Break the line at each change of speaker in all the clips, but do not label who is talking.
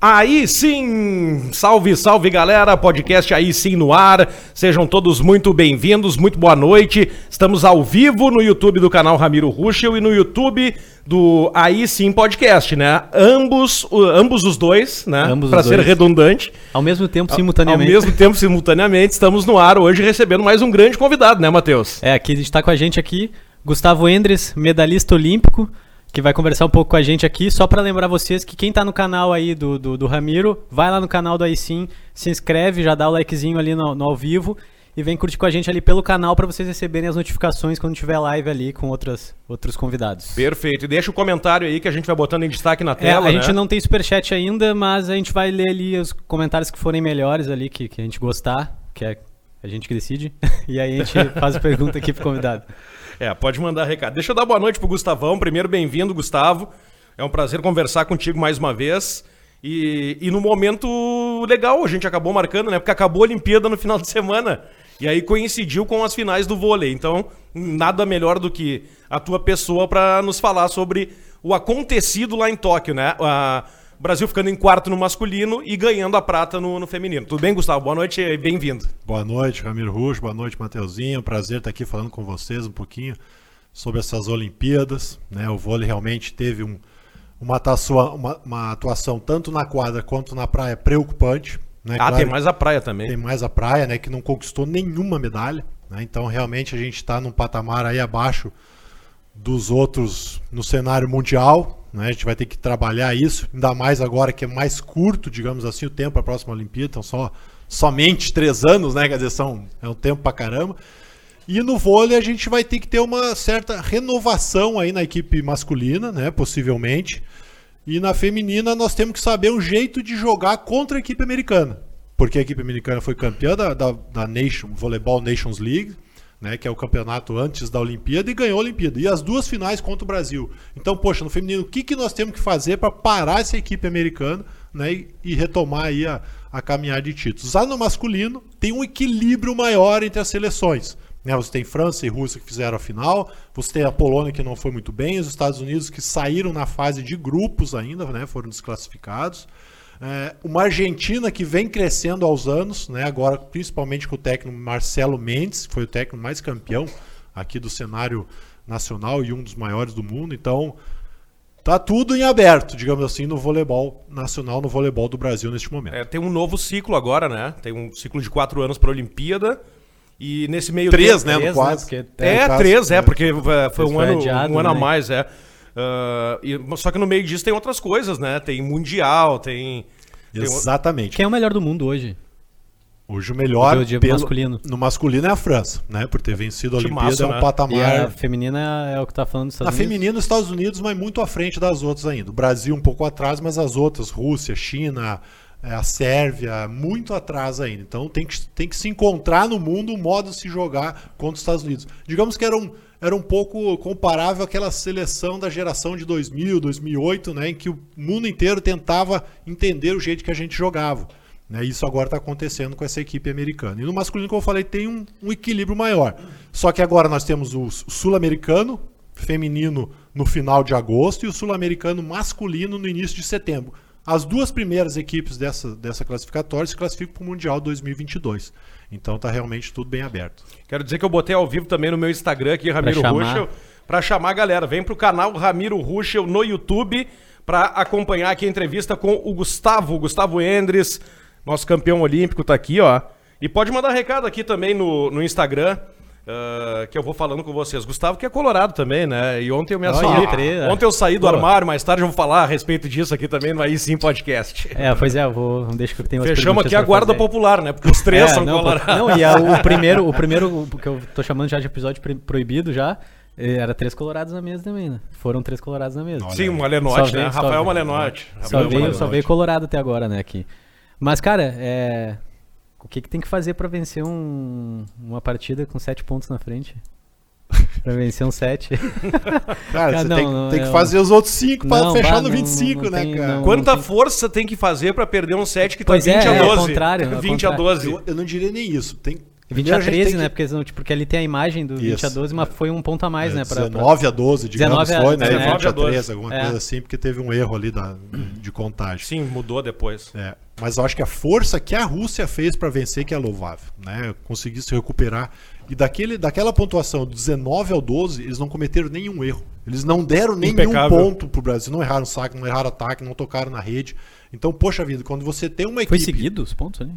Aí sim! Salve, salve galera! Podcast Aí Sim no ar. Sejam todos muito bem-vindos, muito boa noite. Estamos ao vivo no YouTube do canal Ramiro Ruschel e no YouTube do Aí Sim Podcast, né? Ambos, o- ambos os dois, né?
Ambos os
Pra ser
dois.
redundante.
Ao mesmo tempo,
Ao
simultaneamente.
mesmo tempo, simultaneamente, estamos no ar hoje recebendo mais um grande convidado, né, Matheus?
É, aqui está com a gente aqui Gustavo Endres, medalhista olímpico, que vai conversar um pouco com a gente aqui. Só para lembrar vocês que quem tá no canal aí do, do, do Ramiro, vai lá no canal do Aí Sim, se inscreve, já dá o likezinho ali no, no ao vivo e vem curtir com a gente ali pelo canal para vocês receberem as notificações quando tiver live ali com outras, outros convidados.
Perfeito. E deixa o comentário aí que a gente vai botando em destaque na
É,
tela.
a gente
né?
não tem superchat ainda, mas a gente vai ler ali os comentários que forem melhores ali, que, que a gente gostar, que é a gente que decide. E aí a gente faz a pergunta aqui pro convidado.
É, pode mandar recado. Deixa eu dar boa noite pro Gustavão. Primeiro, bem-vindo, Gustavo. É um prazer conversar contigo mais uma vez. E, e no momento legal, a gente acabou marcando, né? Porque acabou a Olimpíada no final de semana. E aí coincidiu com as finais do vôlei. Então, nada melhor do que a tua pessoa para nos falar sobre o acontecido lá em Tóquio, né? A- o Brasil ficando em quarto no masculino e ganhando a prata no, no feminino. Tudo bem, Gustavo? Boa noite e bem-vindo.
Boa noite, Ramiro Russo. Boa noite, Mateuzinho. Prazer estar aqui falando com vocês um pouquinho sobre essas Olimpíadas. né? O vôlei realmente teve um- uma, taçoa- uma- uma atuação tanto na quadra quanto na praia preocupante. né?
Ah,
Claro
tem
que
mais a praia também.
tem mais a praia, né? Que não conquistou nenhuma medalha. né? Então, realmente, a gente está num patamar aí abaixo dos outros no cenário mundial. né? A gente vai ter que trabalhar isso, ainda mais agora que é mais curto, digamos assim, o tempo para a próxima Olimpíada. Então, só, somente três anos, né? Quer dizer, são, é um tempo pra caramba. E no vôlei a gente vai ter que ter uma certa renovação aí na equipe masculina, né? Possivelmente. E na feminina nós temos que saber um jeito de jogar contra a equipe americana. Porque a equipe americana foi campeã da, da, da Nation, Volleyball Nations League, né? Que é o campeonato antes da Olimpíada e ganhou a Olimpíada. E as duas finais contra o Brasil. Então, poxa, no feminino, o que, que nós temos que fazer para parar essa equipe americana né, e, e retomar aí a, a caminhar de títulos? Já no masculino, tem um equilíbrio maior entre as seleções. Né, você tem França e Rússia que fizeram a final, você tem a Polônia que não foi muito bem, os Estados Unidos que saíram na fase de grupos ainda, né, foram desclassificados. É, uma Argentina que vem crescendo aos anos, né, agora principalmente com o técnico Marcelo Mendes, que foi o técnico mais campeão aqui do cenário nacional e um dos maiores do mundo. Então, tá tudo em aberto, digamos assim, no voleibol nacional, no voleibol do Brasil neste momento.
É, tem um novo ciclo agora, né? Tem um ciclo de quatro anos para a Olimpíada. E nesse meio
Três,
tempo-
né, no
Três, né,
quase.
porque
É,
no caso,
três, é,
né.
porque é, foi um
Foi
ano,
adiado,
um ano a
né?
mais, é. Ah, e- só que no meio disso tem outras coisas, né? Tem Mundial, tem. tem o-
Exatamente.
Quem é o melhor do mundo hoje?
Hoje o melhor
Porque o de masculino.
no masculino é a França, né? Por ter vencido a
Timaço,
Olimpíada é um
né?
E a
patamar.
feminina é o que tá falando dos
Na
Estados Unidos.
feminina, os Estados Unidos, mas muito à frente das outras ainda. O Brasil um pouco atrás, mas as outras, Rússia, China, eh, a Sérvia, muito atrás ainda. Então tem que, tem que se encontrar no mundo um modo de se jogar contra os Estados Unidos. Digamos que era um, era um pouco comparável àquela seleção da geração de 2000, 2008, né? Em que o mundo inteiro tentava entender o jeito que a gente jogava. Né, Isso agora está acontecendo com essa equipe americana. E no masculino, como eu falei, tem um, um equilíbrio maior. Só que agora nós temos o s- sul-americano feminino no final de agosto e o sul-americano masculino no início de setembro. As duas primeiras equipes dessa, dessa classificatória se classificam para o Mundial 2022. Então está realmente tudo bem aberto.
Quero dizer que eu botei ao vivo também no meu Instagram aqui, Ramiro
chamar.
Ruschel, pra chamar a galera. Vem pro canal Ramiro Ruschel no YouTube pra acompanhar aqui a entrevista com o Gustavo, Gustavo Endres, nosso campeão olímpico, tá aqui, ó. E pode mandar recado aqui também no, no Instagram. ah, que eu vou falando com vocês. Gustavo, que é colorado também, né? E ontem eu me
Olha,
assumi.
treta.
Ontem eu saí do
Boa.
armário, mais tarde eu vou falar a respeito disso aqui também no Aí Sim Podcast.
É, pois é, eu vou. Deixa que eu tenho umas
Fechamos
perguntas
aqui a
pra
guarda
fazer.
popular, né? Porque os três
É,
são
não,
colorados.
Não, e a- o primeiro, o primeiro o que eu tô chamando já de episódio pri- proibido já, eh, era três colorados na mesa também, né? Foram três colorados na mesa.
Sim, o
Só
Malenotti,
veio-
né?
só
Rafael
veio-
Malenotti.
Só
Rafael
veio, só
Malenotti.
veio colorado até agora, né, aqui. Mas, cara, é, o que, que tem que fazer pra vencer um- uma partida com sete pontos na frente? Pra vencer um sete?
Cara,
Cara,
você
não,
tem, que-
não,
tem
é
que
um-
fazer os outros cinco para
Não, bah,
fechar no
não,
25,
não
né,
tem,
cara?
não.
Quanta força tem que fazer pra perder um set que tá
Pois
20
é,
a
é, ao
12?
contrário, ao
20 a
contrário.
12.
Eu, eu não diria nem isso. Tem,
20 a
Primeiro a gente
13,
tem
né?
que-
Porque, não, tipo, porque ali tem a imagem do 20 a
Isso. É,
12, mas foi um ponto a mais, né? pra- pra-
19 a 12, digamos,
19 a-
foi, né?
19
20
a
a
12.
13, alguma
É.
coisa assim, porque teve um erro ali da, de contagem.
Sim, mudou depois.
É, mas eu acho que a força que a Rússia fez para vencer que é louvável, né? Conseguir se recuperar e daquele, daquela pontuação do 19 ao 12, eles não cometeram nenhum erro. Eles não deram nenhum
Impecável.
ponto pro Brasil, não erraram saque, não erraram ataque, não tocaram na rede. Então, poxa vida, quando você tem uma
Foi
equipe
seguido os pontos né? ali?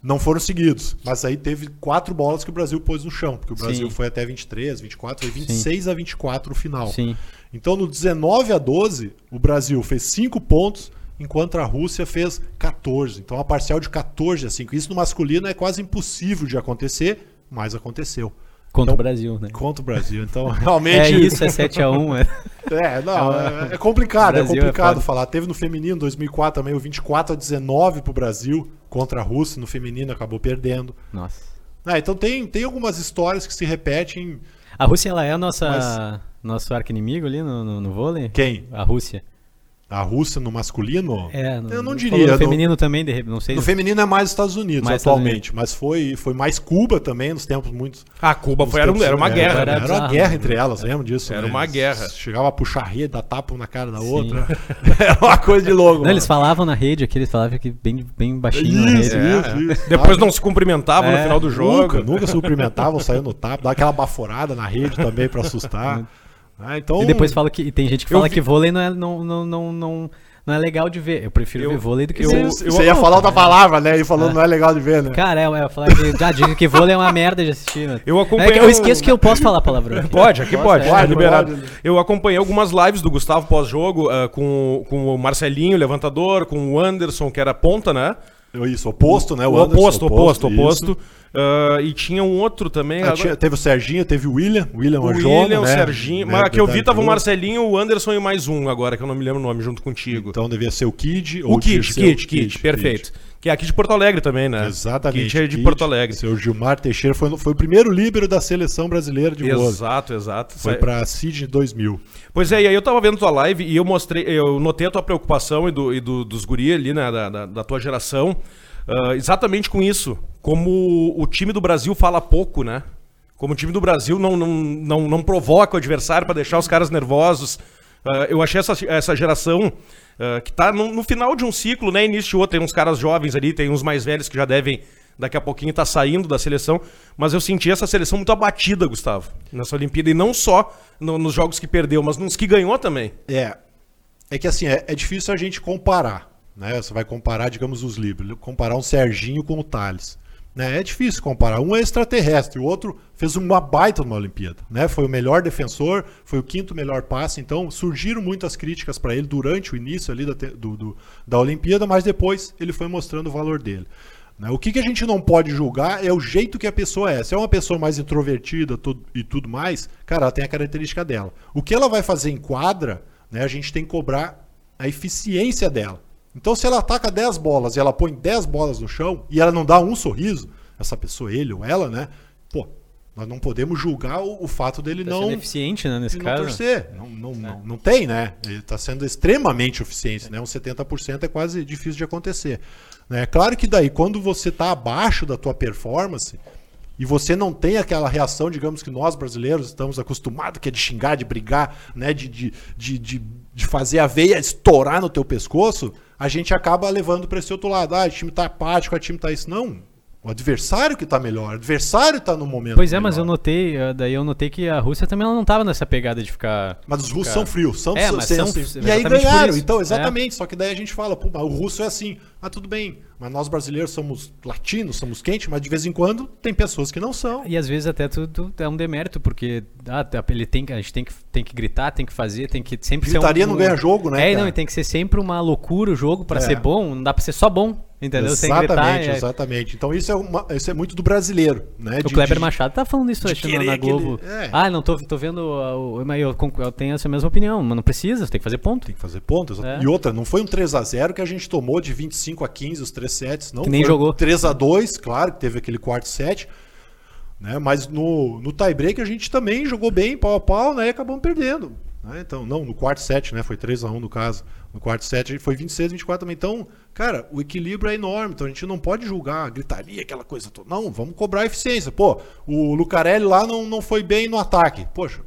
não foram seguidos, mas aí teve quatro bolas que o Brasil pôs no chão, porque o Brasil
Sim.
foi até 23, 24, foi 26 a 24 o final.
Sim.
Então, no 19 a 12, o Brasil fez 5 pontos, enquanto a Rússia fez 14. Então, a parcial de 14 a 5. Isso no masculino é quase impossível de acontecer, mas aconteceu.
Contra
Então-
o Brasil, né?
Contra o Brasil. Então,
É
realmente.
isso, é 7x1.
É, não, é, é complicado,
Brasil é
é complicado
foda.
falar. Teve no feminino 2004 também o 24 a 19 pro Brasil contra a Rússia no feminino acabou perdendo.
Nossa.
Ah, então tem, tem algumas histórias que se repetem.
A Rússia, ela é a nossa, nosso arco-inimigo ali no, no, no vôlei?
Quem?
A Rússia.
A Rússia no masculino?
É, no,
Eu não
no-
diria,
No
no-
feminino também, de repente, não sei.
No feminino é mais Estados Unidos
Mais
atualmente, mas foi, foi mais Cuba também nos tempos muito.
Ah, Cuba
nos
foi, era,
tempos-
era uma
é,
guerra.
era-
né?
Era, uma
bizarro,
guerra
né?
entre elas, lembra disso?
Era
né?
uma guerra.
Chegava a puxar rede, dar tapa um na cara da
Sim.
outra. era uma coisa de louco.
Não, eles falavam na rede aqui, eles falavam que bem, bem baixinho na
Isso,
rede.
É.
isso, isso.
Depois não se cumprimentavam no
É,
final do jogo.
né? Nunca, nunca se cumprimentavam, saiu no tapa, dava aquela baforada na rede também pra assustar. Ah, então,
E depois fala que. E tem gente que
Eu
fala
vi-
que vôlei não é, não, não, não, não, não é legal de ver. Eu prefiro
Eu-
ver vôlei do que
eu- É.
ver.
você, você ia falar outra palavra, né? E falando não é legal de ver, né?
Cara, é, é falar que. Ah, diga que vôlei é uma merda de assistir, né?
Eu acompanhei
É que eu
um-
esqueço que eu posso falar palavrão. é. aqui.
Pode, aqui pode, tá
pode,
liberado.
pode.
Eu acompanhei algumas lives do Gustavo pós-jogo ah, com, com o Marcelinho, levantador, com o Anderson, que era ponta, né?
Isso, oposto, né?
O,
Anderson,
oposto, oposto,
isso.
oposto. Ah, e tinha um outro também.
Ah, tinha- teve o Serginho, teve o William, o William
O
Arjona,
William, o
né?
Serginho.
Né,
Mas que eu vi
verdade,
tava o
Ju.
Marcelinho, o Anderson e mais um agora, que eu não me lembro o nome, junto contigo.
Então devia ser o Kid.
o Kid,
devia ser
Kid, Kid, perfeito. Que é aqui de Porto Alegre também, né?
Exatamente.
Kid é de
Kid.
Porto Alegre.
Seu Gilmar Teixeira foi, foi o primeiro líbero da seleção brasileira é de vôlei.
Exato, exato.
Foi pra Sydney 2000.
Pois é, e aí eu tava vendo tua live e eu mostrei, eu notei a tua preocupação e, do, e do- dos guri ali, né, da, da, da tua geração, ah, exatamente com isso. Como o time do Brasil fala pouco, né? Como o time do Brasil não, não, não, não provoca o adversário pra deixar os caras nervosos. Ah, eu achei essa, essa geração ah, que tá no, no final de um ciclo, né? Início de outro, tem uns caras jovens ali, tem uns mais velhos que já devem daqui a pouquinho tá saindo da seleção, mas eu senti essa seleção muito abatida, Gustavo, nessa Olimpíada, e não só no- nos jogos que perdeu, mas nos que ganhou também.
É. É que assim, é, é difícil a gente comparar. Né? Você vai comparar, digamos, os líberos. Comparar um Serginho com o Thales. Né? É difícil comparar. Um é extraterrestre, o outro fez uma baita numa Olimpíada. Né? Foi o melhor defensor, foi o quinto melhor passe. Então surgiram muitas críticas para ele durante o início ali da, te- do- do- da Olimpíada, mas depois ele foi mostrando o valor dele. né? O que, que a gente não pode julgar é o jeito que a pessoa é. Se é uma pessoa mais introvertida tu- e tudo mais, cara, ela tem a característica dela. O que ela vai fazer em quadra, né, a gente tem que cobrar a eficiência dela. Então, se ela ataca 10 bolas e ela põe 10 bolas no chão e ela não dá um sorriso, essa pessoa, ele ou ela, né? Pô, nós não podemos julgar o, o fato dele
Tá
não,
sendo eficiente, né, nesse
de não
caso.
torcer. Não, não, não, não tem, né? Ele está sendo extremamente eficiente, né? Um 70% é quase difícil de acontecer. Né? Claro que daí, quando você está abaixo da tua performance e você não tem aquela reação, digamos que nós brasileiros estamos acostumados, que é de xingar, de brigar, né? De, de, de, de, de fazer a veia estourar no teu pescoço, a gente acaba levando para esse outro lado. Ah, o time tá apático, o time tá isso. Não. O adversário que tá melhor, o adversário tá no momento.
Pois é, mas
melhor.
eu notei, eh, daí eu notei que a Rússia também ela não tava nessa pegada de ficar.
Mas os russos são frios, são
É,
são-
mas
são-
são-
são- E aí
exatamente por
ganharam,
isso. É.
então, exatamente. Só que daí a gente fala, pô, mas o russo é assim. Ah, tudo bem, mas nós brasileiros somos latinos, somos quentes, mas de vez em quando tem pessoas que não são.
E às vezes até tudo é um demérito, porque ah, tá, ele tem, que- a gente tem que, tem que gritar, tem que fazer, tem que sempre
Gritaria
ser um,
não ganha jogo, né,
É,
cara?
não, e tem que ser sempre uma loucura o jogo pra
É.
ser bom, não dá pra ser só bom, entendeu? Sem
exatamente,
gritar, é-
exatamente. Então isso é, uma- isso é muito do brasileiro, né?
O Kleber Machado tá falando isso
de
acho, na,
querer
na
aquele-
Globo.
é.
Ah, não, tô, tô vendo. ah, o- Mas eu, conc- eu tenho essa mesma opinião, mas não precisa, você tem que fazer ponto.
Tem que fazer pontos.
É.
E outra, não foi um 3x0 que a gente tomou de 25 a 15 os três sets, não.
Que nem
foi
jogou.
3x2, claro, que teve aquele quarto set. Né? Mas no, no tie-break a gente também jogou bem, pau a pau, né? E acabamos perdendo. né? Então, não, no quarto set, né? Foi 3x1 no caso. No quarto set a gente foi 26, 24 também. Então, cara, o equilíbrio é enorme. Então a gente não pode julgar, gritaria, aquela coisa toda. Não, vamos cobrar eficiência. Pô, o Lucarelli lá não, não foi bem no ataque. Poxa,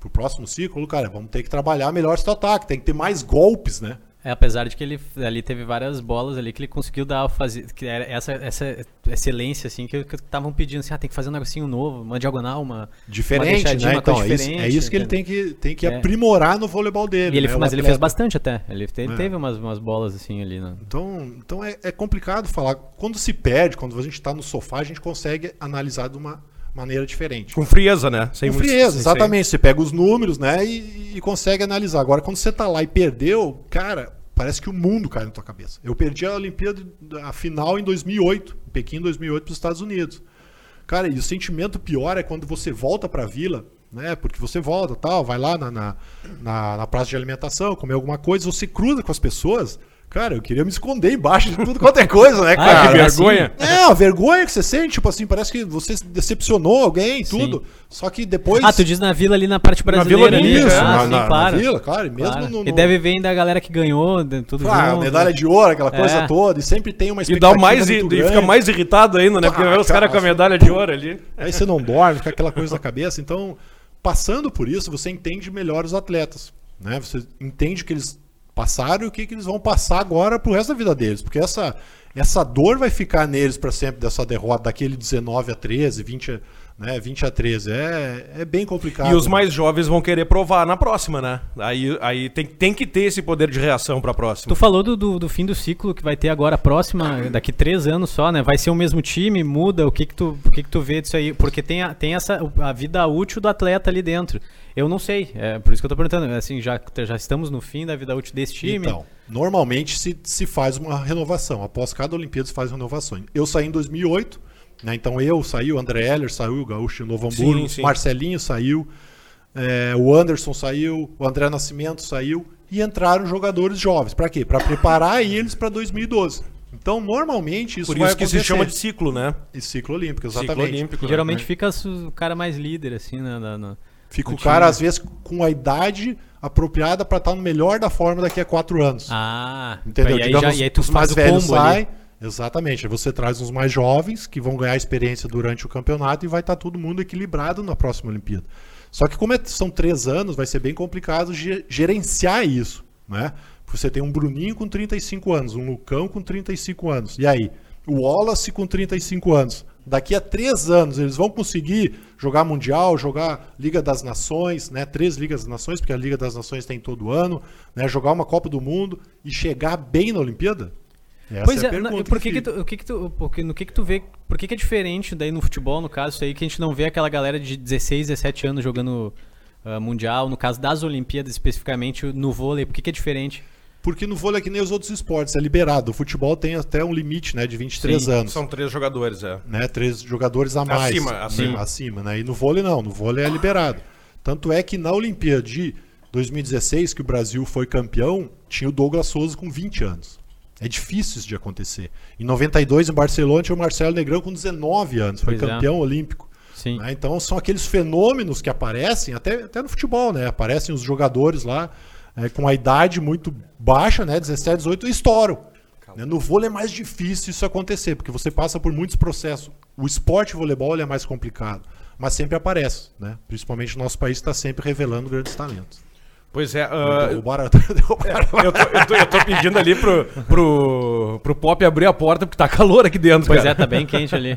pro próximo ciclo, cara, vamos ter que trabalhar melhor esse ataque. Tem que ter mais golpes, né?
É, apesar de que ele ali teve várias bolas ali que ele conseguiu dar fazer que era essa, essa excelência assim que estavam pedindo assim, ah, tem que fazer um negocinho novo, uma diagonal, uma
Diferente,
deixadinha,
né?
uma coisa
Então, é isso, é
diferente,
isso que ele tem
entendeu?
que, tem que
É.
aprimorar no voleibol dele.
E ele,
né? O
mas ele
atleta.
fez bastante até. Ele te-
É.
teve umas, umas bolas assim ali, né?
Então, então é, é complicado falar. Quando se perde, quando a gente está no sofá, a gente consegue analisar de uma maneira diferente.
Com frieza, né? Sem
Com
muito-
frieza,
sem-
exatamente. Você pega os números, né, e, e consegue analisar. Agora, quando você tá lá e perdeu, cara, parece que o mundo cai na tua cabeça. Eu perdi a Olimpíada, a final em 2008, em Pequim, 2008, para os Estados Unidos. Cara, e o sentimento pior é quando você volta pra vila, né? Porque você volta tal, vai lá na, na, na- na praça de alimentação, comer alguma coisa, você cruza com as pessoas. Cara, eu queria me esconder embaixo de tudo quanto é coisa, né,
Ah,
cara?
Que
Era
vergonha.
É, a vergonha que você sente, tipo assim, parece que você decepcionou alguém, tudo. Só que depois.
Ah, tu diz na vila ali na parte brasileira
Vila
ali.
Olímpica,
isso,
né?
ah,
na,
sim,
na- na
claro.
vila, claro, e mesmo
claro.
no.
E deve vir da galera que ganhou, de- tudo
Claro,
junto.
medalha de ouro, aquela coisa
É.
toda, e sempre tem uma
né? E dá o mais e,
muito
e fica
grande.
mais irritado ainda, né? Porque
Ah,
vai os
cara,
caras com a medalha de ouro ali.
Aí você não dorme, fica aquela coisa na cabeça. Então, passando por isso, você entende melhor os atletas. Né? Você entende o que eles passaram e o que, que eles vão passar agora pro resto da vida deles. Porque essa, essa dor vai ficar neles para sempre dessa derrota, daquele 19 a 13, 20 a, né, 20 a 13. É, é bem complicado.
E os
né?
mais jovens vão querer provar na próxima, né? Aí, aí tem, tem que ter esse poder de reação pra próxima.
Tu falou do, do, do fim do ciclo que vai ter agora a próxima, daqui três anos só, né? Vai ser o mesmo time, muda, o que que tu, o que que tu vê disso aí? Porque tem, a, tem essa, a vida útil do atleta ali dentro. Eu não sei, é por isso que eu tô perguntando, assim, já, já estamos no fim da vida útil desse time?
Então, normalmente se, se faz uma renovação. Após cada Olimpíada se faz renovações. Eu saí em 2008, né? Então eu saí, o André Heller saiu, o Gaúcho de Novo
Sim,
Hamburgo,
sim.
Marcelinho saiu, é, o Anderson saiu, o André Nascimento saiu e entraram jogadores jovens. Pra quê? Pra preparar eles pra 2012. Então, normalmente isso
Por
vai
isso que
acontecer.
se chama de ciclo, né?
E ciclo olímpico, exatamente.
Ciclo olímpico.
E
né?
geralmente fica su- o cara mais líder, assim, né? na- na-
Fica
No
o cara
time.
às vezes com a idade apropriada pra estar no melhor da forma daqui a quatro anos.
Ah,
Entendeu?
E aí,
Digamos,
já, e aí tu
os
faz
mais
o
velhos
combo ali.
saem. Exatamente. Aí Você traz uns mais jovens que vão ganhar experiência durante o campeonato e vai estar todo mundo equilibrado na próxima Olimpíada. Só que como é- são três anos, vai ser bem complicado ge- gerenciar isso, né? Porque Você tem um Bruninho com 35 anos, um Lucão com 35 anos. E aí? O Wallace com 35 anos. Daqui a três anos eles vão conseguir jogar Mundial, jogar Liga das Nações, né? Três Ligas das Nações, porque a Liga das Nações tem todo ano, né? Jogar uma Copa do Mundo e chegar bem na Olimpíada? Essa
Pois
a
é, na-
pergunta
por que que
fica.
tu, o que que tu, porque, no que que tu vê, por que que é diferente daí no futebol, no caso, isso aí que a gente não vê aquela galera de 16, 17 anos jogando ah, mundial, no caso das Olimpíadas especificamente, no vôlei, por que que é diferente?
Porque no vôlei é que nem os outros esportes, é liberado. O futebol tem até um limite, né, de 23
Sim,
anos.
São três jogadores, é.
né? Três jogadores a mais.
Acima,
né,
acima.
acima, né? E no vôlei não, no vôlei é liberado. Tanto é que na Olimpíada de 2016, que o Brasil foi campeão, tinha o Douglas Souza com 20 anos. É difícil isso de acontecer. Em 92, em Barcelona, tinha o Marcelo Negrão com 19 anos, foi
Pois é.
campeão olímpico.
Sim.
né? Então são aqueles fenômenos que aparecem, até, até no futebol, né? Aparecem os jogadores lá é, com a idade muito baixa, né? 17, 18, e estouram. Né? No vôlei é mais difícil isso acontecer, porque você passa por muitos processos. O esporte voleibol ele é mais complicado, mas sempre aparece, né? Principalmente o nosso país está sempre revelando grandes talentos.
Pois é.
Uh,
ah,
derrubaram, derrubaram.
eu, tô, eu tô- eu tô pedindo ali pro, pro, pro Pop abrir a porta, porque tá calor aqui dentro.
Pois
cara.
é, tá bem quente ali.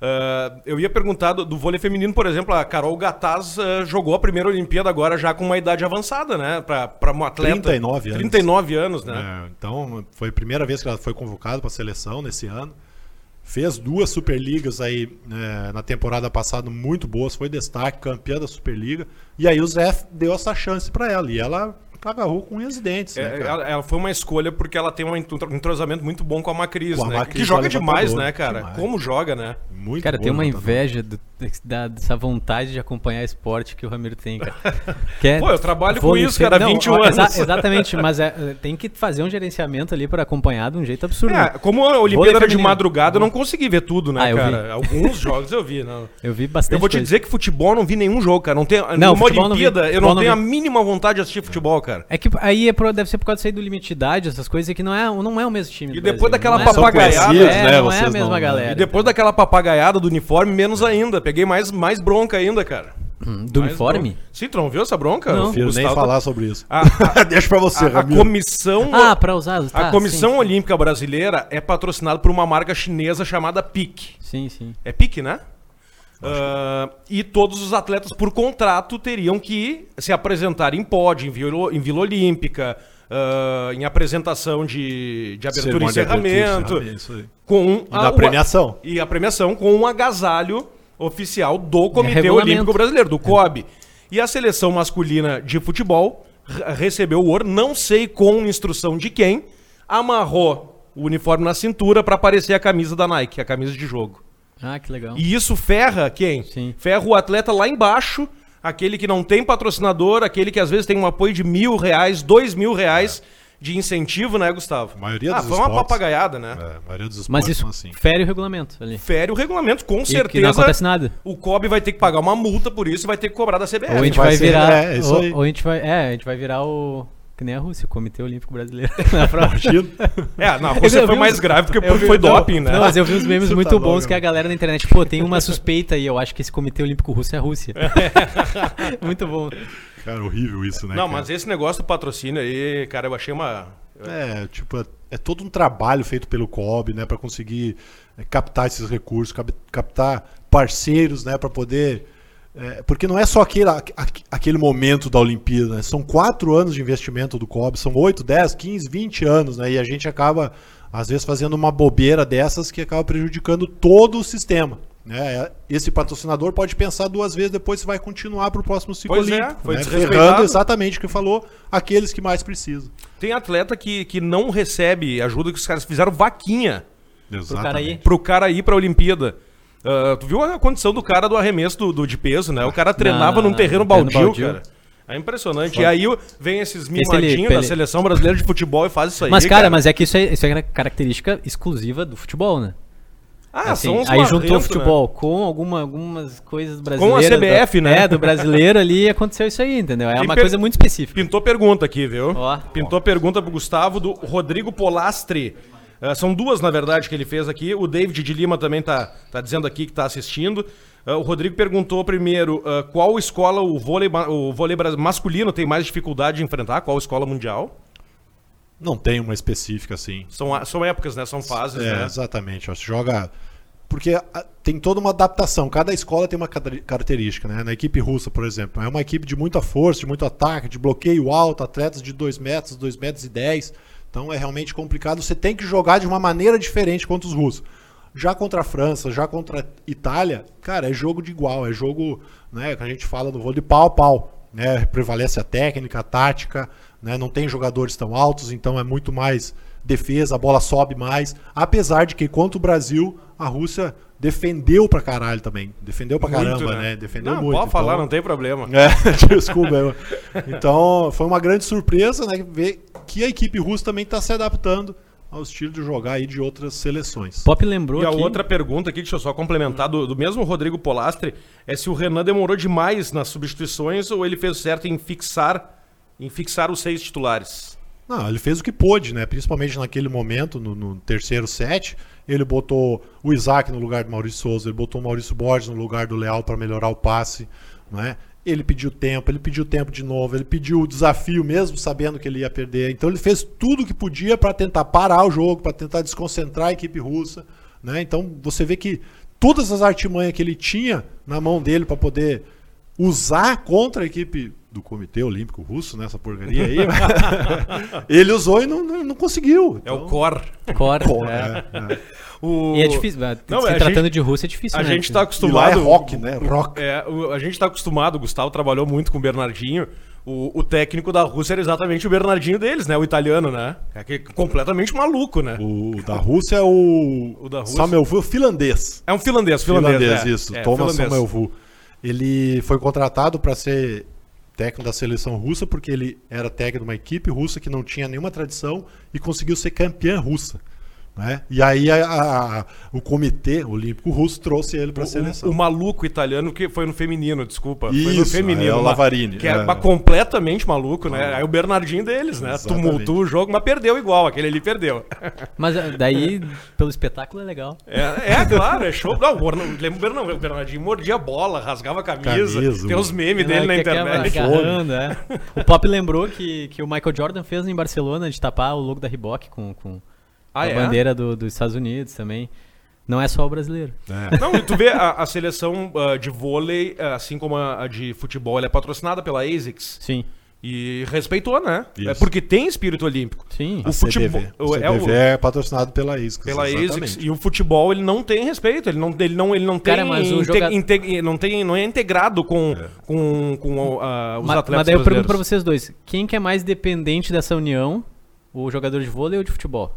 Ah, eu ia perguntar do, do vôlei feminino, por exemplo, a Carol Gataz ah, jogou a primeira Olimpíada agora já com uma idade avançada, né? Pra, pra uma atleta.
39 anos.
39 anos, né?
É, então, foi a primeira vez que ela foi convocada para a seleção nesse ano. Fez duas Superligas aí né, na temporada passada muito boas, foi destaque, campeã da Superliga. E aí o Zé deu essa chance para ela. E ela agarrou com unhas e dentes.
É,
né, cara?
ela, ela foi uma escolha porque ela tem um entro- um entrosamento muito bom com a Macris,
Com a
né?
Macris,
que joga
ela é
demais,
matadora,
né, cara?
demais.
Como joga, né?
Muito
Cara,
boa
tem uma
levantadora.
inveja do- da- dessa vontade de acompanhar esporte que o Ramiro tem, cara. Que é
Pô, eu trabalho com
vôlei
isso, cara, há
fe-
21
ó, exa-
anos.
Exatamente, mas é, é, tem que fazer um gerenciamento ali pra acompanhar de um jeito absurdo. né?
É, como a
Vôlei
Olimpíada era de
feminino.
madrugada, eu não consegui ver tudo, né,
Ah, eu vi.
cara? Alguns jogos eu vi, né?
Eu vi bastante
Eu vou te
coisa.
dizer que futebol eu não vi nenhum jogo, cara. Não tem,
Não,
numa
futebol eu não vi.
Olimpíada, eu
Futebol
não
não
tenho a
vi.
mínima vontade de assistir futebol, cara.
É que aí é por- deve ser por causa disso aí do limite de idade, essas coisas, é que não é, não é o mesmo time.
E
do
depois
Brasil,
daquela
não é-
São papagaiada,
é,
conhecidos,
não
né,
é a
vocês
mesma
não-
galera.
E depois daquela papagaiada do uniforme, menos ainda. Peguei mais, mais bronca ainda, cara.
Hum, Do
Mais
uniforme?
bronca. Sim, tu não viu essa bronca? O
Não.
Prefiro nem
Gustavo-
falar sobre isso.
A,
Deixa pra você,
a- a
Ramiro.
comissão.
Ah, pra usar. tá,
A Comissão é-
sim,
Olímpica Brasileira é patrocinada por uma marca chinesa chamada PIC.
Sim, sim.
É PIC, né? Ah, e todos os atletas, por contrato, teriam que se apresentar em pódio, em Vila, em Vila Olímpica, ah, em apresentação de, de abertura e
Cerimônia de abertura e
encerramento,
encerramento, isso aí.
com
E da
o-
premiação.
E a premiação com um agasalho oficial do Comitê
regulamento.
Olímpico Brasileiro, do COB. E a seleção masculina de futebol re- recebeu o ouro, não sei com instrução de quem, amarrou o uniforme na cintura para parecer a camisa da Nike, a camisa de jogo.
Ah, que legal.
E isso ferra quem?
Sim.
Ferra o atleta lá embaixo, aquele que não tem patrocinador, aquele que às vezes tem um apoio de mil reais, dois mil reais de incentivo, né, Gustavo?
A maioria
ah,
dos
foi uma
esportes-
papagaiada, né?
É, a maioria dos
Mas
esportes
isso
são assim.
fere o regulamento ali.
É.
Fere o regulamento, com
E que não acontece
certeza.
nada.
O COB vai ter que pagar uma multa por isso e vai ter que cobrar da
Ou a
CBF.
gente vai,
vai ser-
virar.
é, é isso
ou,
aí.
ou a gente vai. É, a gente vai virar o. Que nem a Rússia, o Comitê Olímpico Brasileiro. Na prova.
É, na
Eu
Rússia
vi
foi
uns-
mais grave porque
eu vi-
foi
não,
doping, né?
Não, mas eu vi uns memes
Você
muito
tá
bons
louco,
que a galera na internet, pô, tem uma suspeita aí, eu acho que esse Comitê Olímpico Russo é a Rússia. muito bom.
Cara, horrível isso, né?
Não,
cara?
mas esse negócio do patrocínio aí, cara, eu achei uma.
É, tipo, é, é todo um trabalho feito pelo COB, né, para conseguir é, captar esses recursos, cap- captar parceiros, né, para poder. é, porque não é só aquele, a- a- aquele momento da Olimpíada, né? são quatro anos de investimento do COB, são oito, dez, quinze, vinte anos, né, e a gente acaba, às vezes, fazendo uma bobeira dessas que acaba prejudicando todo o sistema. Né? É, Esse patrocinador pode pensar duas vezes depois se vai continuar para o próximo ciclo
Pois é,
olímpico,
foi
né?
desrespeitado.
ferrando exatamente o que falou, aqueles que mais precisam.
Tem atleta que, que não recebe ajuda que os caras fizeram vaquinha
Pro cara aí.
pro cara ir pra Olimpíada. Ah, tu viu a condição do cara do arremesso do, do- de peso, né? O cara treinava
não,
num terreno
não,
baldio,
terreno baldio.
cara. É impressionante. E aí o- vem esses mimadinhos
ele-
da seleção brasileira de futebol e faz isso aí.
Mas, cara, mas é que isso é, isso é uma característica exclusiva do futebol, né?
Ah,
Assim,
são uns
aí juntou o
marrentos, né?
futebol com alguma, algumas coisas brasileiras.
CBF,
da-
né?
É, do brasileiro ali aconteceu isso aí, entendeu? É
Quem
uma
per-
coisa muito específica.
Pintou pergunta aqui, viu?
Ó.
Pintou pergunta pro Gustavo do Rodrigo Polastri. Eh, são duas, na verdade, que ele fez aqui. O David de Lima também tá, tá dizendo aqui que tá assistindo. Eh, o Rodrigo perguntou primeiro eh, qual escola o vôlei, ma- o vôlei bras- masculino tem mais dificuldade de enfrentar, qual escola mundial.
Não tem uma específica assim.
São, a- são épocas, né? São fases,
É,
né?
Exatamente. ó, se joga. Porque a- tem toda uma adaptação. Cada escola tem uma cadri- característica, né? Na equipe russa, por exemplo, é uma equipe de muita força, de muito ataque, de bloqueio alto, atletas de 2 metros, 2 metros e 10. Então é realmente complicado. Você tem que jogar de uma maneira diferente contra os russos. Já contra a França, já contra a Itália, cara, é jogo de igual, é jogo, né, que a gente fala do vôlei de pau a pau, né? Prevalece a técnica, a tática, né? Não tem jogadores tão altos, então é muito mais defesa, a bola sobe mais, apesar de que contra o Brasil, a Rússia defendeu pra caralho também. Defendeu pra caramba, né? Defendeu
não,
muito.
pode falar,
então-
não tem problema.
é, desculpa. eu- Então, foi uma grande surpresa, né? Ver que a equipe russa também está se adaptando ao estilo de jogar aí de outras seleções.
Pop lembrou
E a
aqui.
outra pergunta aqui, deixa eu só complementar, do, do mesmo Rodrigo Polastri, é se o Renan demorou demais nas substituições ou ele fez certo em fixar, em fixar os seis titulares.
Não, ele fez o que pôde, né? Principalmente naquele momento, no, no terceiro set, ele botou o Isaac no lugar do Maurício Souza, ele botou o Maurício Borges no lugar do Leal para melhorar o passe, né? Ele pediu tempo, ele pediu tempo de novo, ele pediu o desafio mesmo sabendo que ele ia perder. Então ele fez tudo o que podia para tentar parar o jogo, para tentar desconcentrar a equipe russa, né? Então você vê que todas as artimanhas que ele tinha na mão dele para poder usar contra a equipe do Comitê Olímpico Russo, nessa porcaria aí, ele usou e não, não, não conseguiu.
É o core.
Cora.
Então,
é.
é, é.
O-
E é difícil, né?
Não,
se
a gente-
tratando de Rússia é difícil,
A
né?
gente tá
E lá
acostumado.
é rock, né? Rock.
É, o- a gente tá acostumado, o Gustavo trabalhou muito com o Bernardinho. O, o técnico da Rússia era exatamente o Bernardinho deles, né? O italiano, né? É que- completamente maluco, né?
O da Rússia é o,
O da Rússia.
Samuelvu, finlandês.
É um finlandês, finlandês.
Finlandês,
é.
isso.
É,
Thomas
finlandês.
Samuelvu. Ele foi contratado para ser técnico da seleção russa porque ele era técnico de uma equipe russa que não tinha nenhuma tradição e conseguiu ser campeã russa. né? E aí a- a- a- o Comitê Olímpico Russo trouxe ele para a
O,
seleção.
o- o maluco italiano que foi no feminino, desculpa. foi no
Isso,
feminino.
é o
lá,
Lavarini,
Que era
é.
mas completamente maluco, né? Aí o Bernardinho deles, né?
Exatamente.
Tumultou o jogo, mas perdeu igual. Aquele ali perdeu.
Mas eh, daí, pelo espetáculo, é legal.
É, é, claro, é show. Não, o Borna- lembra o Bernardinho, o Bernardinho mordia a bola, rasgava a camisa.
Camisa,
tem uns memes dele na
É, Que acaba
internet. né?
agarrando, é. O Pop lembrou que, que o Michael Jordan fez em Barcelona de tapar o logo da Reebok com, com
Ah,
a
é?
bandeira do- dos Estados Unidos também. Não é só o brasileiro.
Não, e tu vê a, a seleção ah, de vôlei, ah, assim como a, a de futebol, ela é patrocinada pela ASICS.
Sim.
E respeitou, né?
Isso.
É porque tem espírito olímpico.
Sim.
o
A
futebol-
CBV.
o-
O
é o-
CBV é patrocinado pela ISCS.
Pela ASICS.
exatamente.
E o futebol, ele não tem respeito. Ele não, ele não, ele não tem.
Cara, mas o
inte-
joga-
inte- não tem Não é integrado com, com, com ah, os
Ma- mas,
atletas.
daí eu pergunto pra
brasileiros.
vocês dois: quem que é mais dependente dessa união, o jogador de vôlei ou de futebol?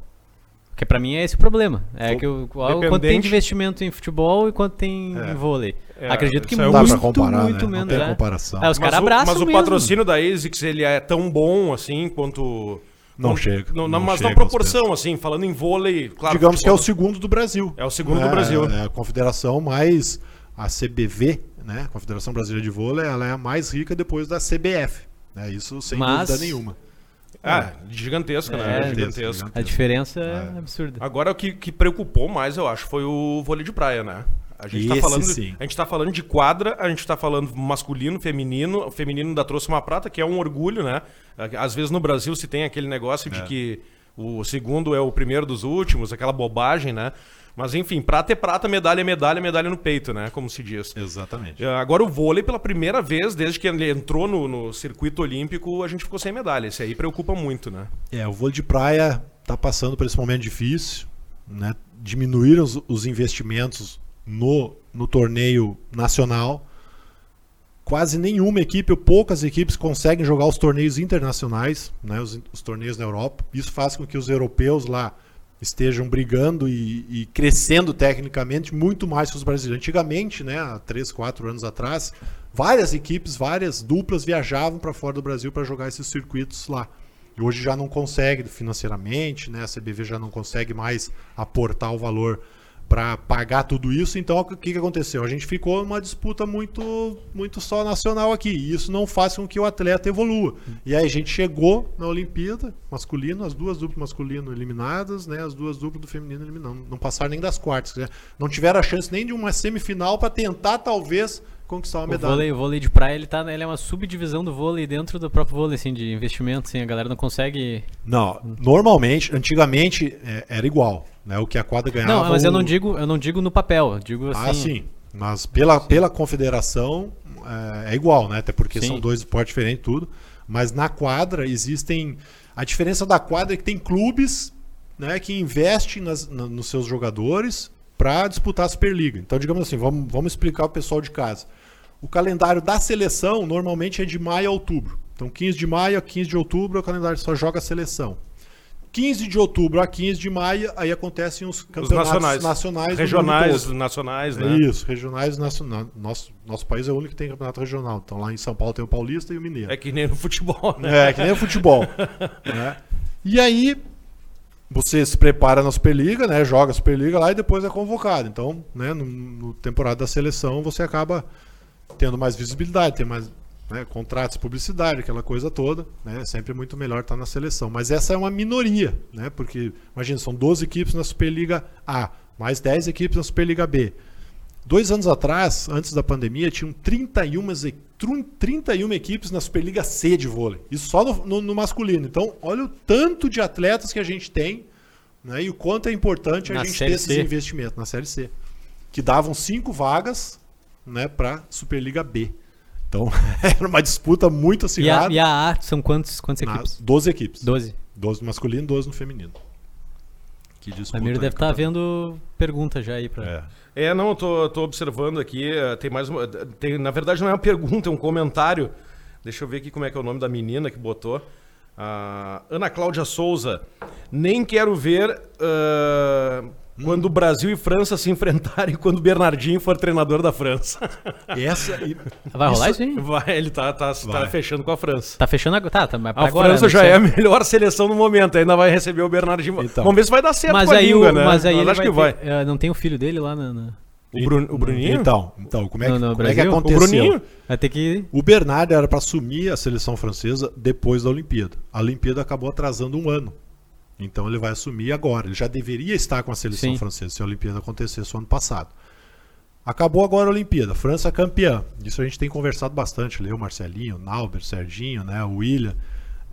Porque pra mim é esse o problema. É
O
que o, qual- quanto tem
dependente-
de investimento em futebol e quanto tem
É.
em vôlei.
É,
Acredito que
isso aí
Não
muito,
dá pra comparar,
muito
né?
menos.
não tem
é.
comparação.
É, os
Mas
caras
o-
abraçam
Mas o
mesmo.
patrocínio da ASICS, ele é tão bom assim quanto.
Não chega,
não-
não
mas
chega
na
aos
proporção, assim, falando em vôlei, claro.
Digamos que é o
futebol-
segundo do Brasil.
É o segundo do Brasil.
É a confederação mais. A CBV, né? A Confederação Brasileira de Vôlei, ela é a mais rica depois da CBF. Né? Isso sem
Mas-
dúvida nenhuma.
Ah, gigantesca, né?
É,
gigantesca.
A diferença é absurda.
Agora o que, que preocupou mais, eu acho, foi o vôlei de praia, né? A gente, tá
Esse
falando,
sim.
a gente tá falando de quadra, a gente tá falando masculino, feminino. O feminino ainda trouxe uma prata, que é um orgulho, né? Às vezes no Brasil se tem aquele negócio
É.
de que o segundo é o primeiro dos últimos, aquela bobagem, né? Mas enfim, prata é prata, medalha é medalha, medalha no peito, né? Como se diz.
Exatamente.
É, Agora o vôlei, pela primeira vez, desde que ele entrou no, no circuito olímpico, a gente ficou sem medalha. Isso aí preocupa muito, né?
É, o vôlei de praia está passando por esse momento difícil, né? Diminuíram os, os investimentos no, no torneio nacional. Quase nenhuma equipe, ou poucas equipes, conseguem jogar os torneios internacionais, né? os, os torneios na Europa. Isso faz com que os europeus lá estejam brigando e, e crescendo tecnicamente muito mais que os brasileiros. Antigamente, né, há 3, 4 anos atrás, várias equipes, várias duplas viajavam para fora do Brasil para jogar esses circuitos lá. E hoje já não consegue financeiramente, né? A CBV já não consegue mais aportar o valor para pagar tudo isso. Então, o que, que aconteceu? A gente ficou numa disputa muito, muito só nacional aqui. E isso não faz com que o atleta evolua. E aí a gente chegou na Olimpíada masculino, as duas duplas masculino eliminadas, né? As duas duplas do feminino eliminadas. Não passaram nem das quartas, né? Não tiveram a chance nem de uma semifinal para tentar, talvez, conquistar uma
O
medalha.
vôlei, o vôlei de praia, ele, tá, ele é uma subdivisão do vôlei dentro do próprio vôlei, assim, de investimento, assim, a galera não consegue...
Não, normalmente, antigamente é, era igual, né? O que a quadra ganhava. um
não, mas eu não
o-
digo, eu não digo no papel, eu digo assim...
Ah, sim. Mas pela, pela confederação é, é igual, né? Até porque
Sim.
são dois esportes diferentes, tudo. Mas na quadra existem. A diferença da quadra é que tem clubes né, que investem nas- na- nos seus jogadores para disputar a Superliga. Então, digamos assim, vamos, vamos explicar o pessoal de casa. O calendário da seleção normalmente é de maio a outubro. Então, 15 de maio a 15 de outubro é o calendário que só joga a seleção. 15 de outubro a 15 de maio, aí acontecem os campeonatos
nacionais.
nacionais, do mundo todo.
Regionais, nacionais, né?
É Isso, regionais e nacional. Nosso, nosso país é o único que tem campeonato regional. Então lá em São Paulo tem o Paulista e o Mineiro.
É que nem no futebol, né?
É, que nem o futebol. né? E aí, você se prepara na Superliga, né? Joga a Superliga lá e depois é convocado. Então, né, no, no temporada da seleção, você acaba tendo mais visibilidade, tem mais né, contratos, publicidade, aquela coisa toda. Né? É Sempre muito melhor estar na seleção. Mas essa é uma minoria, né? Porque, imagina, são 12 equipes na Superliga A, mais 10 equipes na Superliga B. Dois anos atrás, antes da pandemia, tinham 31, e- tru- 31 equipes na Superliga C de vôlei. Isso só no, no- no masculino. Então, olha o tanto de atletas que a gente tem né, e o quanto é importante a
Na
gente ter
Série
esses
C.
investimentos na Série C. Que davam cinco vagas né, para Superliga B. Então, era uma disputa muito
E a,
acirrada.
e a A, são quantos, quantas
na-
equipes?
12 equipes.
12.
12 no masculino, 12 no feminino. Que disputa.
Ramiro
né,
deve tá estar
cara?
vendo pergunta já aí pra...
É.
É, não, eu tô, tô observando aqui, eh, tem mais uma, tem, na verdade não é uma pergunta, é um comentário. Deixa eu ver aqui como é que é o nome da menina que botou. Ah, Ana Cláudia Souza. Nem quero ver ah, Quando o Brasil e França se enfrentarem quando o Bernardinho for treinador da França.
Essa. e-
Ah, Vai rolar isso, hein?
Vai, ele tá, tá, tá
Vai.
fechando com a França.
Tá fechando agora. Tá, tá, mas pra
A
agora,
França
não
já
sei.
é a melhor seleção no momento, ainda vai receber o Bernardinho.
Então.
Vamos ver se vai dar certo
Mas
com a
aí,
língua,
o,
né?
mas aí ele
acho que
vai
vai.
ter- eh, não tem o filho dele lá na- na-
O, Bru- o Bruninho?
Então, então como é que,
No- no
como é que
Brasil? O
o
aconteceu?
Bruninho?
Vai ter que.
O Bernard era para assumir a seleção francesa depois da Olimpíada. A Olimpíada acabou atrasando um ano. Então ele vai assumir agora. Ele já deveria estar com a seleção
Sim.
francesa se a Olimpíada acontecesse o ano passado. Acabou agora a Olimpíada. França campeã. Isso a gente tem conversado bastante. Leu Marcelinho, Nauber, Serginho, né, o William.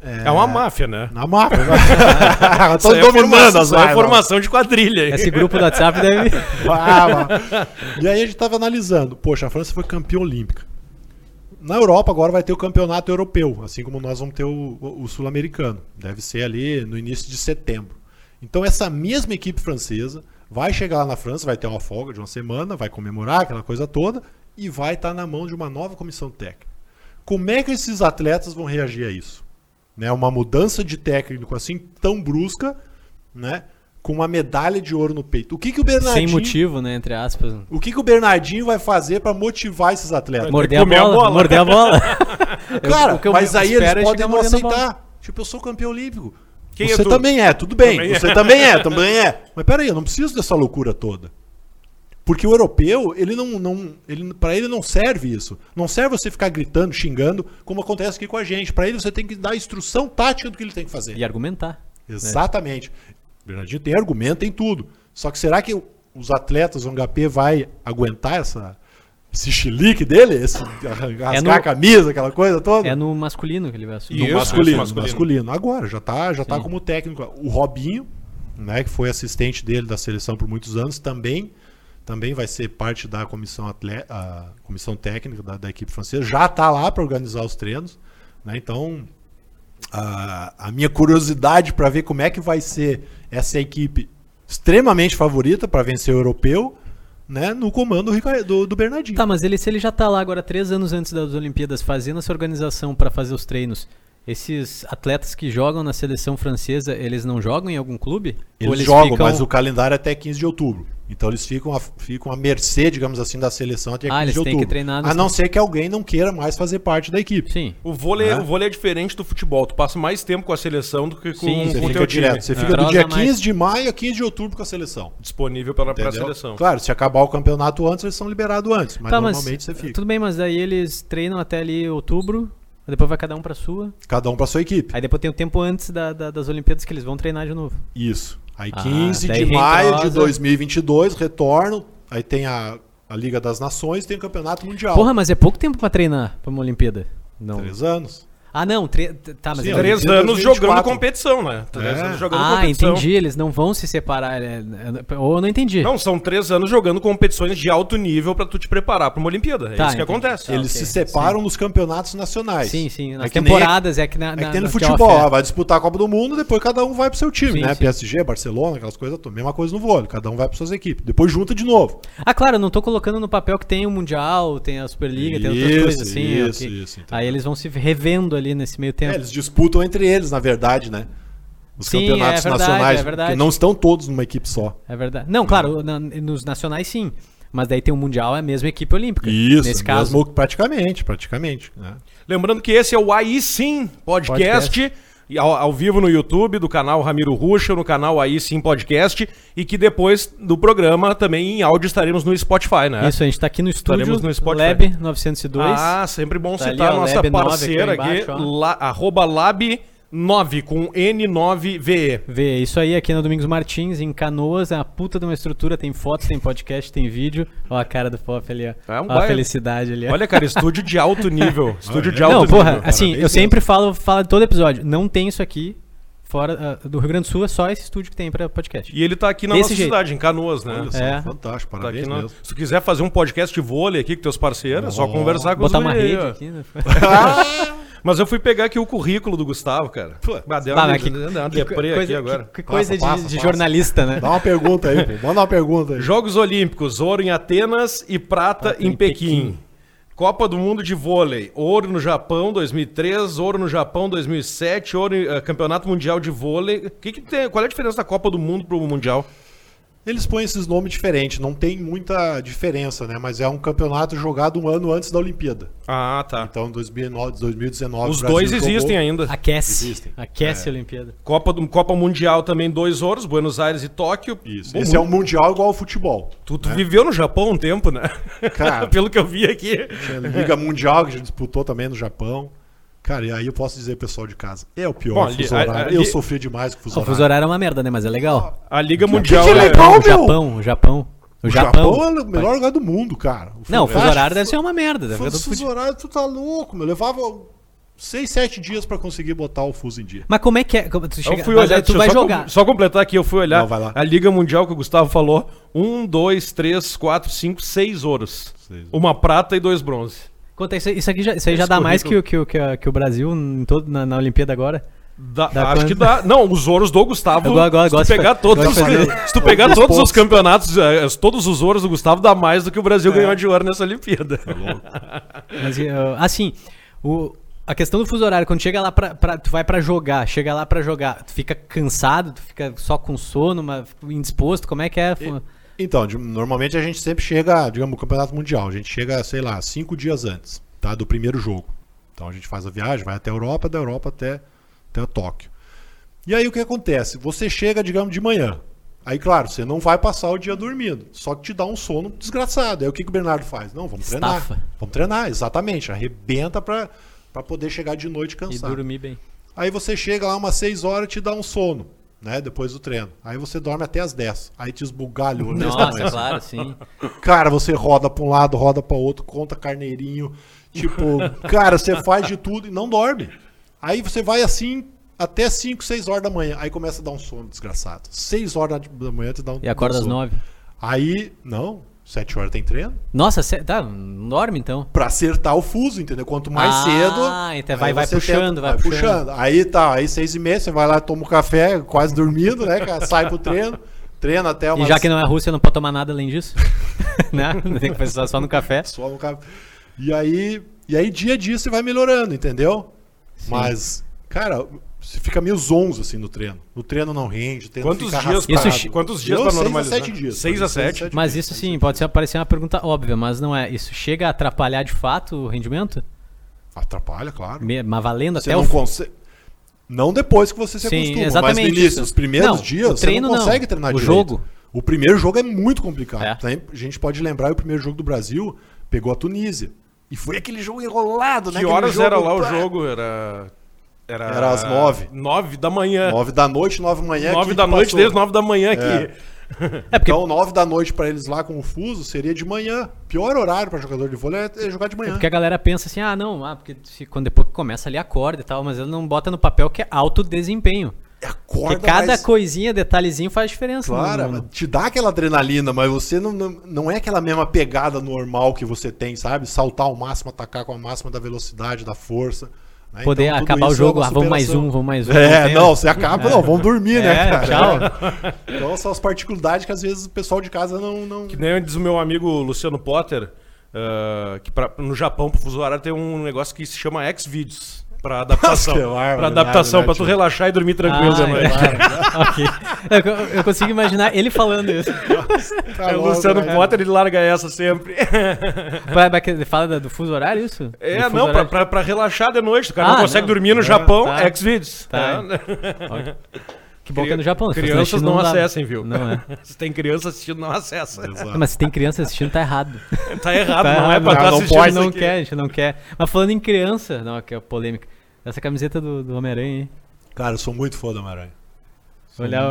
É, uma máfia, né?
Na máfia.
Isso
Estão
aí é
dominando
formação-
as
isso aí é
lives.
formação de quadrilha.
É
hein?
assim,
Esse grupo do WhatsApp deve.
Bah, bah. E aí a gente tava analisando, poxa, a França foi campeã olímpica. Na Europa agora vai ter o campeonato europeu, assim como nós vamos ter o, o- o sul-americano. Deve ser ali no início de setembro. Então essa mesma equipe francesa vai chegar lá na França, vai ter uma folga de uma semana, vai comemorar aquela coisa toda e vai estar na mão de uma nova comissão técnica. Como é que esses atletas vão reagir a isso? Né, uma mudança de técnico assim tão brusca, né? Com uma medalha de ouro no peito. O que, que o
Sem
Bernardinho
motivo, né? Entre aspas.
o que, que o Bernardinho vai fazer pra motivar esses atletas?
Morder a
comer
bola,
a bola.
Morder a bola.
Cara,
Eu- o que eu
mas aí eles
espero é
podem
chegar
não
mordendo a bola.
aceitar. Tipo, eu sou campeão olímpico.
Quem
você
é tu?
também é, tudo bem.
Também é.
você também é, também é. Mas peraí, eu não preciso dessa loucura toda. Porque o europeu, ele não. não ele, para ele não serve isso. Não serve você ficar gritando, xingando, como acontece aqui com a gente. Pra ele você tem que dar instrução tática do que ele tem que fazer.
E argumentar.
Exatamente. O Bernardinho tem argumento, tem tudo. Só que será que os atletas, o HP, vai aguentar essa, esse chilique dele? Esse rasgar
no-
a camisa, aquela coisa toda?
É no masculino que ele vai assumir.
E- Isso,
no masculino,
isso, masculino.
masculino. Agora, já tá, já tá
Sim.
como técnico. O Robinho, né, que foi assistente dele da seleção por muitos anos, também também vai ser parte da comissão, atle- a comissão técnica da, da equipe francesa. Já tá lá para organizar os treinos. né? Então, a, a minha curiosidade para ver como é que vai ser essa equipe extremamente favorita para vencer o europeu né, no comando do, Rica- do, do Bernardinho.
Tá, mas ele, se ele já tá lá agora três anos antes das Olimpíadas fazendo essa organização pra fazer os treinos, esses atletas que jogam na seleção francesa, eles não jogam em algum clube?
Eles, jogam, mas o calendário é até 15 de outubro. Então eles ficam, a, ficam à mercê, digamos assim, da seleção até 15
Ah, eles
de
têm que
outubro.
treinar nas-
a não ser que alguém não queira mais fazer parte da equipe.
Sim.
O vôlei,
Né?
o vôlei é diferente do futebol. Tu passa mais tempo com a seleção do que com,
Sim,
com
Você
o
fica
teu time.
direto. Você
É.
fica do
Atrasa
dia
mais.
15 de maio a 15 de outubro com a seleção.
Disponível pela pra
entendeu?
seleção.
Claro, se acabar o campeonato antes, eles são liberados antes. Mas
tá, mas
normalmente você fica.
tudo bem, mas daí eles treinam até ali outubro, depois vai cada um pra sua.
Cada um pra sua equipe.
Aí depois tem o tempo antes da- da- das Olimpíadas que eles vão treinar de novo.
Isso. Aí
Ah,
15
daí
de maio de
reentrosa.
2022, retorno. Aí tem a, a Liga das Nações, tem o Campeonato Mundial.
Porra, mas é pouco tempo pra treinar pra uma Olimpíada. Não.
Três anos.
Ah, não, tre- tá, mas
Sim,
é-
Olimpíada
Três anos
2024.
jogando competição, né? Três
É.
anos jogando
Ah,
competição.
entendi, eles não vão se separar. é, é, Ou eu não entendi.
Não, são três anos jogando competições de alto nível pra tu te preparar pra uma Olimpíada. É
Tá,
isso que
entendi.
acontece.
Ah,
Eles
ok.
se separam nos campeonatos nacionais.
Sim, sim, nas
É que nem-
temporadas é que na, na-
É que tem no
na
futebol,
playoff,
ó, vai disputar a Copa do Mundo, depois cada um vai pro seu time,
Sim,
né?
sim.
PSG, Barcelona, aquelas coisas todas. Mesma coisa no vôlei, cada um vai pras suas equipes. Depois junta de novo.
é. Ah, claro, eu não tô colocando no papel que tem o Mundial, tem a Superliga, tem outras
Isso,
coisas assim. ó,
isso,
que-
isso, entendeu.
Aí eles vão se revendo ali nesse meio
É,
tempo.
eles disputam entre eles, na verdade, né? Os
Sim,
campeonatos
é verdade,
nacionais,
é verdade.
porque não estão todos numa equipe só.
É verdade. Não,
Hum.
claro, na- nos nacionais sim. Mas daí tem o Mundial, é a mesma equipe olímpica.
Isso,
Nesse caso.
mesmo- praticamente, praticamente. né?
Lembrando que esse é o Aí Sim Podcast. e Ao, ao vivo no YouTube, do canal Ramiro Ruxa, no canal Aí Sim Podcast. E que depois do programa também em áudio estaremos no Spotify,
é.
né?
Isso, a gente tá aqui no estúdio,
Estaremos no Spotify.
Lab 902.
Ah, sempre bom
Tá
citar
ali, ó,
a nossa
Lab 9
parceira
aqui
aqui,
embaixo, ó.
la- arroba lab9 com N9VE.
Vê, é isso aí aqui na Domingos Martins, em Canoas, é uma puta de uma estrutura, tem fotos, tem podcast, tem vídeo. Ó a cara do Pop ali, ó.
É um
ó a
baile.
felicidade ali, ó.
Olha, cara, estúdio de alto nível. Estúdio de alto
Não,
nível.
porra, assim, eu
parabéns
sempre falo, falo em todo episódio, não tem isso aqui fora ah, do Rio Grande do Sul, é só esse estúdio que tem pra podcast.
E ele tá aqui na
Desse
nossa
jeito.
cidade, em Canoas, né?
Olha só,
É.
fantástico,
Tá aqui
parabéns
na-
mesmo.
Se tu quiser fazer um podcast de vôlei aqui com teus parceiros, é só
Ó.
conversar com
Botar
os
uma
guri aí,
rede
ó.
aqui, né?
Mas eu fui pegar aqui o currículo do Gustavo, cara. Ah, deu
Bah,
uma,
mas que-
deu uma
que
deprê aqui
coisa-
agora.
que- que coisa de-
passa,
de
passa.
jornalista, né?
Dá uma pergunta aí, pô. Manda uma pergunta aí.
Jogos Olímpicos, ouro em Atenas e prata
Prata
em,
em
Pequim.
Pequim.
Copa do Mundo de Vôlei, ouro no Japão 2003, ouro no Japão 2007, ouro em, eh, Campeonato Mundial de Vôlei. Que que tem, qual é a diferença da Copa do Mundo pro Mundial?
Eles põem esses nomes diferentes, não tem muita diferença, né? Mas é um campeonato jogado um ano antes da Olimpíada.
Ah, tá.
Então, 2009, 2019.
Os
o Brasil
dois
jogou-
existem ainda.
Aquece.
Existem.
Aquece a Olimpíada.
Copa, do- Copa Mundial também, dois ouros, Buenos Aires e Tóquio.
Isso.
Bom,
Esse é um mundial igual ao futebol.
Tu, tu viveu no Japão um tempo, né?
Cara.
Pelo que eu vi aqui.
Tinha Liga Mundial que a gente disputou também no Japão. Cara, e aí eu posso dizer, pessoal de casa, é o pior
Bom,
fuso
ali-
horário.
ali-
Eu sofri demais com o
O
fuso
fuso
horário.
horário é uma merda, né? Mas é legal.
A Liga Mundial.
que
é-
legal! Pau,
o Japão, o Japão. O
O
Japão.
Japão, é o melhor lugar do mundo, cara.
é
O
Não, o fuso
Acho-
horário é- deve ser uma merda. Deve
Fuso,
ficar todo fudido.
fuso horário, tu tá louco, meu. Eu levava seis, sete dias pra conseguir botar o fuso em dia.
Mas como é que é? Como Tu, chega...
Eu fui
mas
olhar,
aí tu
deixa eu
vai
só com-
jogar.
só completar aqui, eu fui olhar
Não, vai lá.
a Liga Mundial que o Gustavo falou: um, dois, três, quatro, cinco, seis ouros.
Seis.
Uma prata e dois bronze.
Conta isso, aí- isso aqui já, isso aí já
Esse
dá mais que,
currículo-
o- que, o- que, a- que o Brasil em todo, na, na Olimpíada agora.
Dá-
Dá
acho
quanto?
que dá. Não, os ouros do Gustavo.
Eu go- go-
se tu
gosto de
pegar
fa-
todos,
gosto de
os,
fazer
se tu pegar todos os
pontos.
campeonatos, eh, todos os ouros do Gustavo, dá mais do que o Brasil
É.
ganhou de ouro nessa Olimpíada.
Mas, eh, assim, o- a questão do fuso horário, quando chega lá pra, pra- tu vai pra jogar, chega lá pra jogar, tu fica cansado, tu fica só com sono, mas fica indisposto, como é que é? fu-
Então, de- normalmente a gente sempre chega, digamos, o Campeonato Mundial. A gente chega, sei lá, cinco dias antes, tá? Do primeiro jogo. Então a gente faz a viagem, vai até a Europa, da Europa até, até Tóquio. E aí o que acontece? Você chega, digamos, de manhã. Aí, claro, você não vai passar o dia dormindo. Só que te dá um sono desgraçado. Aí o que, que o Bernardo faz? Não, vamos
Estafa.
treinar. Vamos treinar, exatamente. Arrebenta pra, pra poder chegar de noite
E
cansado.
dormir bem.
Aí você chega lá umas 6 horas e te dá um sono, né? Depois do treino. Aí você dorme até as 10. Aí te esbugalha o olho. desse tamanho,
Nossa,
assim.
é claro, sim.
Cara, você roda pra um lado, roda pra outro, conta carneirinho. Tipo, cara, você faz de tudo e não dorme. Aí você vai assim até 5, 6 horas da manhã. Aí começa a dar um sono desgraçado. 6 horas da manhã te dá um
E acorda às
sono.
nove.
Aí, não, 7 horas tem treino.
Nossa, cê- tá, não dorme então.
Pra acertar o fuso, entendeu? Quanto mais
Ah,
cedo.
então
aí
vai- vai
você
puxando, vai puxando.
Aí tá, aí seis e meia, você vai lá, toma um café, quase dormindo, né, cara? Sai pro treino, treina até uma.
E já que não é a Rússia, não pode tomar nada além disso. né? Tem que pensar só no café.
Só um café. E aí, e aí, dia a dia você vai melhorando, entendeu? Mas, cara, você fica meio zonzo assim no treino. No treino não rende, o treino
Quantos
fica
dias,
arrastado.
Isso-
quantos dias
Eu,
pra
seis a
normalizar?
sete dias.
Seis a
Seis a
sete?
sete.
Mas isso assim, sim, pode ser, parecer uma pergunta óbvia, mas não é. Isso chega a atrapalhar de fato o rendimento?
Atrapalha, claro.
Me- Mas valendo
Você
até
não
o fim.
consegue. Não depois que você se
Sim,
acostuma,
exatamente
mas no início,
isso.
os primeiros
Não,
dias,
o treino
você
não.
não consegue treinar
O
direito.
jogo.
O primeiro jogo é muito complicado.
É.
Tem- A gente pode lembrar que o primeiro jogo do Brasil pegou a Tunísia. E foi aquele jogo enrolado, né?
Que
Aquele
horas
jogo,
era lá o
pá,
jogo? Era. Era,
Era às nove.
Nove da manhã. Nove,
Nove da noite, nove da manhã. aqui
da
que
noite,
passou.
desde nove da manhã aqui.
É porque,
Então, nove da noite pra eles lá com o fuso seria de manhã. Pior horário pra jogador de vôlei é é jogar de
é
manhã.
porque a galera pensa assim, ah, não, ah, porque se- quando depois que começa ali acorda e tal, mas ela não bota no papel que é alto desempenho.
Acorda,
Porque cada
mas-
coisinha, detalhezinho faz diferença. né, no-
Claro,
no-
mas então te dá aquela adrenalina, mas você não, não, não é aquela mesma pegada normal que você tem, sabe? Saltar ao máximo, atacar com a máxima da velocidade, da força. né?
poder
Então, tudo
acabar o
isso é
jogo,
uma
ah, vamos mais um,
superação.
vamos mais um.
É,
tem-
não, você acaba, não, vamos dormir, né,
É,
cara?
tchau.
Então são as particularidades que às vezes o pessoal de casa não. não...
Que nem diz o meu amigo Luciano Potter, ah, que pra- no Japão, pro fuso horário, tem um negócio que se chama X-Videos. Pra adaptação.
que barbaridade,
pra adaptação,
né,
pra tu
tio?
relaxar e dormir tranquilo
Ah,
é
de noite.
ok. Eu, co- eu consigo imaginar ele falando isso.
Tá
o
louco,
Luciano
né?
Potter, ele larga essa sempre.
Vai- vai que Ele fala da- do fuso horário, isso? Do
É,
fuso
não, pra,
horário?
pra, pra relaxar de noite. O cara
Ah,
não consegue
não.
dormir no
Ah,
Japão,
tá.
X-Videos.
Tá.
É.
Que bom que é no
Cri-
Japão. se fosse na
Crianças
China,
não,
dava.
acessem, viu?
Não é.
Se tem criança assistindo, não acessa.
Exato.
Não, mas se tem criança assistindo, tá errado.
Tá errado,
Tá
não é pra
errado.
Não,
estar
não
assistindo
A gente
isso
não
aqui.
quer, a gente não quer. Mas falando em criança, não, que é polêmica. Essa camiseta do, do Homem-Aranha, hein?
Cara, eu sou muito fã do Homem-Aranha.
Olhar,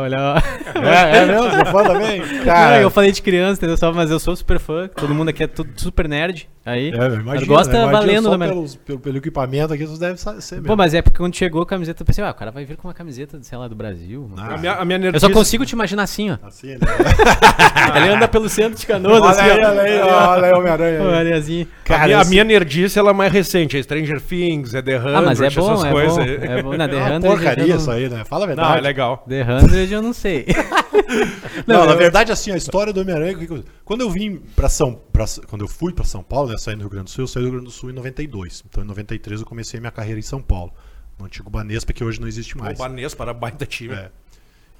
olhar.
É, é mesmo? Você é fã também? Cara,
eu falei de criança, entendeu? Só, mas eu sou super fã. Todo mundo aqui é tudo super nerd. Aí.
É, eu imagino,
gosta
eu imagino
valendo,
só
né, mano?
pelos- pelo, pelo equipamento aqui, vocês devem sa- ser mesmo.
Pô, mas é porque quando chegou a camiseta, eu pensei, ah, o cara vai vir com uma camiseta, sei lá, do Brasil. uma
Ah,
A
coisa. assim.
minha, a minha
Eu só
nerdice-
consigo te imaginar assim, ó.
Assim, né?
Ah.
Ele anda pelo centro de canoas,
olha
assim,
aí,
ó.
olha aí, olha aí, Homem-Aranha. aí.
O areazinho.
a, minha, a
esse-
minha nerdice ela é mais recente, é Stranger Things, é The Hundred,
Ah, mas é
essas
bom, é
coisas.
bom, é bom. Na The
é
100
uma porcaria
eu
isso
não-
aí, né? Fala a
Não, é
verdade.
legal.
The 100 eu não sei.
Não,
Não,
na
eu-
verdade, assim, a história do Homem-Aranha. que- que- Quando eu vim pra São. pra- quando eu fui pra São Paulo, né? Saí do Rio Grande do Sul, eu saí do Rio Grande do Sul em 92. Então, em 93, eu comecei minha carreira em São Paulo. No antigo Banespa, que hoje não existe
O
mais.
Banes para baita time.
É.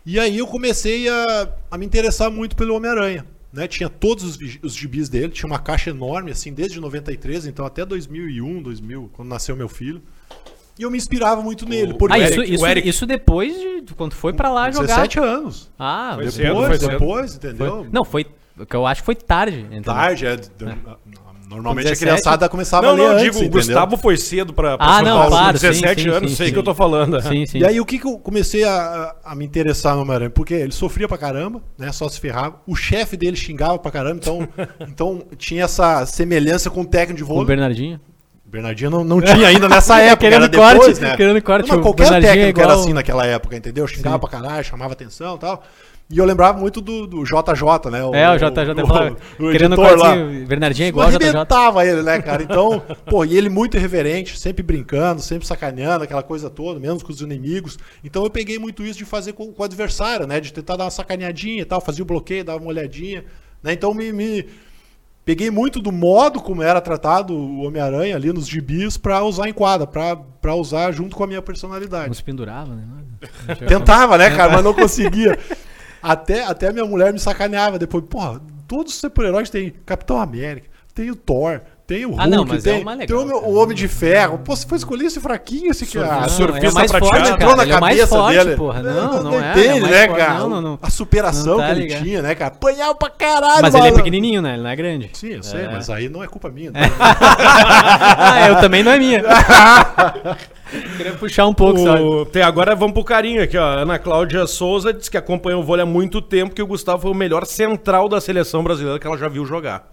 E aí eu comecei a, a me interessar muito pelo Homem-Aranha. Né? Tinha todos os, vi- os gibis dele, tinha uma caixa enorme, assim, desde 93, então até 2001, 2000, quando nasceu meu filho. E eu me inspirava muito nele. Porque
Ah,
o
isso,
Eric-
isso,
o Eric-
isso depois de quando foi pra lá jogar.
17 anos.
Ah,
Foi
depois.
cedo,
Depois,
foi cedo.
depois,
foi-
entendeu?
Não, foi. o que Eu acho que foi tarde. né? entendeu?
Tarde, é, normalmente a
17.
criançada começava
Não,
a ler
não,
antes,
digo, o
entendeu?
Gustavo foi cedo pra, pra
Ah,
São
não,
Paulo,
claro, sim,
17
sim,
anos,
sim,
sei
sim.
que eu tô falando.
Sim, sim.
E aí o que, que eu comecei a, a me interessar no Homem-Aranha? Porque ele sofria pra caramba, né? Só se ferrava. O chefe dele xingava pra caramba, então, então tinha essa semelhança com o técnico de
Com o
vôlei.
Bernardinho.
Bernardinho não, não tinha ainda nessa época,
Querendo
era depois,
corte,
né?
querendo corte,
Não,
o
mas qualquer
Bernardinho é
técnico era
igual-
assim naquela época, entendeu? Xingava
Sim.
pra caralho, chamava atenção e tal. E eu lembrava muito do, do JJ, né?
É, o JJ
o-
falava,
o
querendo
editor lá.
cortezinho, Bernardinho é igual ao JJ.
arrebentava ele, né, cara? Então, pô, e ele muito irreverente, sempre brincando, sempre sacaneando, aquela coisa toda, mesmo com os inimigos. Então eu peguei muito isso de fazer com, com o adversário, né? De tentar dar uma sacaneadinha e tal, fazia o bloqueio, dava uma olhadinha. Né? Então me, me- peguei muito do modo como era tratado o Homem-Aranha ali nos gibis pra usar em quadra, pra, pra usar junto com a minha personalidade.
Nos pendurava, né?
Tentava, né, cara? Mas não conseguia. Até, até a minha mulher me sacaneava depois. Porra, todos os super-heróis têm Capitão América, tem o Thor, tem o Hulk,
Ah, não, mas é
tem,
uma legal,
tem o, meu-
cara.
o Homem de Ferro. Pô, se for escolher esse fraquinho, esse cara.
Surfista
ele é mais
prateado.
forte,
Entrou na
cara. Ele é mais
cabeça
forte,
dele.
porra. Não, não, é. ele é
entende,
mais
né,
forte.
cara?
Não, não, não.
A
Não
superação
tá
que ele
ligado.
tinha, né, cara? Apanhava pra caralho,
Mas ele é
malandro.
pequenininho, né? Ele não é grande.
Sim, eu sei,
É.
mas aí não é culpa minha. né?
ah, eu também não é minha. Queria puxar um pouco, sabe?
O- Tem, agora vamos pro carinho aqui, ó. Ana Cláudia Souza diz que acompanha o vôlei há muito tempo, que o Gustavo foi o melhor central da seleção brasileira que ela já viu jogar.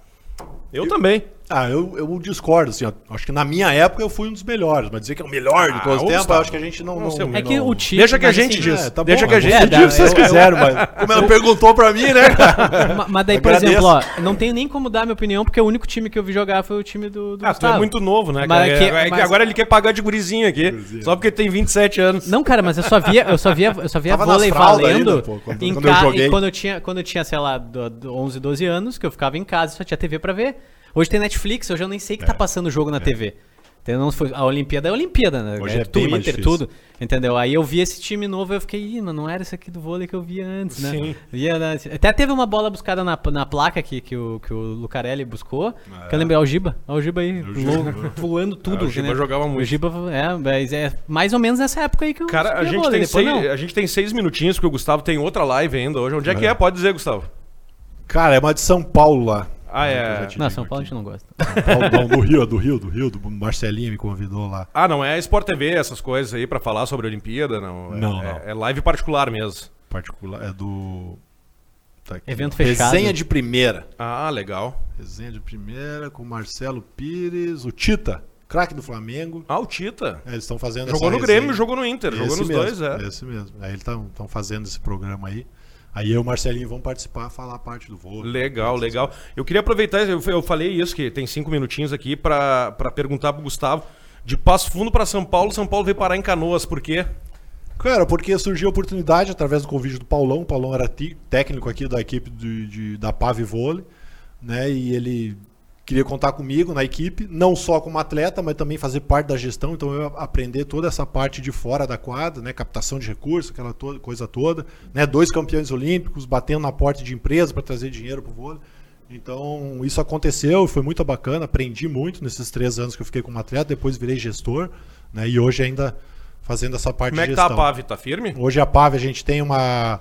Eu, também.
Ah, eu, eu discordo, assim, ó. acho que na minha época eu fui um dos melhores, mas dizer que é o melhor de
Ah,
todos
ô,
os tempos,
Gustavo.
eu acho que a gente não...
Não
não,
sei o
É que o time.
Deixa que a
mas
gente
assim,
diz.
É, tá bom,
Deixa que a
mas
gente
é,
diz.
dá-
Diga o que vocês
eu-
quiseram, mas como ela perguntou pra mim, né, cara?
Ma- Mas daí, por
Agradeço.
exemplo, ó, não tenho nem como dar minha opinião, porque o único time que eu vi jogar foi o time do, do
Ah, tu é
Gustavo.
muito novo, né,
Mas
cara?
é que-
É que
mas-
Agora ele quer pagar de gurizinho aqui,
Gurizinho.
só porque tem 27 anos.
Não, cara, mas eu só via, eu só via, eu só via
Tava nas
vôlei
fraldas
valendo
ainda, pô, quando-
em
quando eu
ca-
joguei.
e quando eu tinha, quando eu tinha, sei lá, do- do 11, 12 anos, que eu ficava em casa e só tinha TV pra ver. Hoje tem Netflix, hoje eu nem sei
É.
que tá passando jogo na TV. Entendeu? Não foi- A Olimpíada é a Olimpíada, né?
Hoje é bem mais
Twitter,
difícil.
tudo. Entendeu? Aí eu vi esse time novo e eu fiquei, Ih, mas não era esse aqui do vôlei que eu via antes, né?
Sim.
Via na- Até teve uma bola buscada na, na placa aqui que o, que o Lucarelli buscou.
Ah,
Que eu lembrei, ó, o Giba. Ó, o Giba aí,
Giba.
louco, voando tudo.
Ah, o Giba
né?
jogava muito.
O Giba, é, mas é mais ou menos nessa época aí que eu
Cara, a
subia
gente,
vôlei,
tem
depois
seis, é,
não.
a gente tem seis minutinhos, porque o Gustavo tem outra live ainda hoje. Onde é que
É.
é? Pode dizer, Gustavo.
Cara, é uma de São Paulo lá.
Ah,
Eu já
é.
te
Não,
digo
São Paulo a
aqui.
gente não gosta.
Paulo, não, do Rio, é do Rio, do Rio, do Marcelinho me convidou lá.
Ah, não é Sport TV, essas coisas aí pra falar sobre a Olimpíada, não. É,
Não,
é-
não.
é live particular mesmo.
Particular, é do. tá aqui.
Evento fechado.
Resenha de primeira.
Ah, legal.
Resenha de primeira com o Marcelo Pires, o Tita, craque do Flamengo.
Ah, o Tita.
É, Eles estão fazendo
Jogou
essa
no Grêmio,
resenha.
jogou no Inter, jogou
Esse
nos
mesmo,
dois, é.
Esse mesmo. Aí eles estão fazendo esse programa aí. Aí eu e o Marcelinho vão participar, falar a parte do voo.
Legal, legal. Eu queria aproveitar, eu, eu falei isso, que tem cinco minutinhos aqui, pra, pra perguntar pro Gustavo. De Passo Fundo pra São Paulo, São Paulo veio parar em Canoas, por quê?
Cara, porque surgiu a oportunidade através do convite do Paulão. O Paulão era ti- técnico aqui da equipe de, de- da Pave Vôlei, né? E ele queria contar comigo na equipe, não só como atleta, mas também fazer parte da gestão. Então eu ia aprender toda essa parte de fora da quadra, né? Captação de recursos, aquela to- coisa toda, né? Dois campeões olímpicos batendo na porta de empresa para trazer dinheiro pro vôlei. Então, isso aconteceu, foi muito bacana, aprendi muito nesses três anos que eu fiquei como atleta, depois virei gestor, né? E hoje ainda fazendo essa parte
Como é
de
que
gestão.
tá a PAV? Tá firme?
Hoje a PAV a gente tem uma,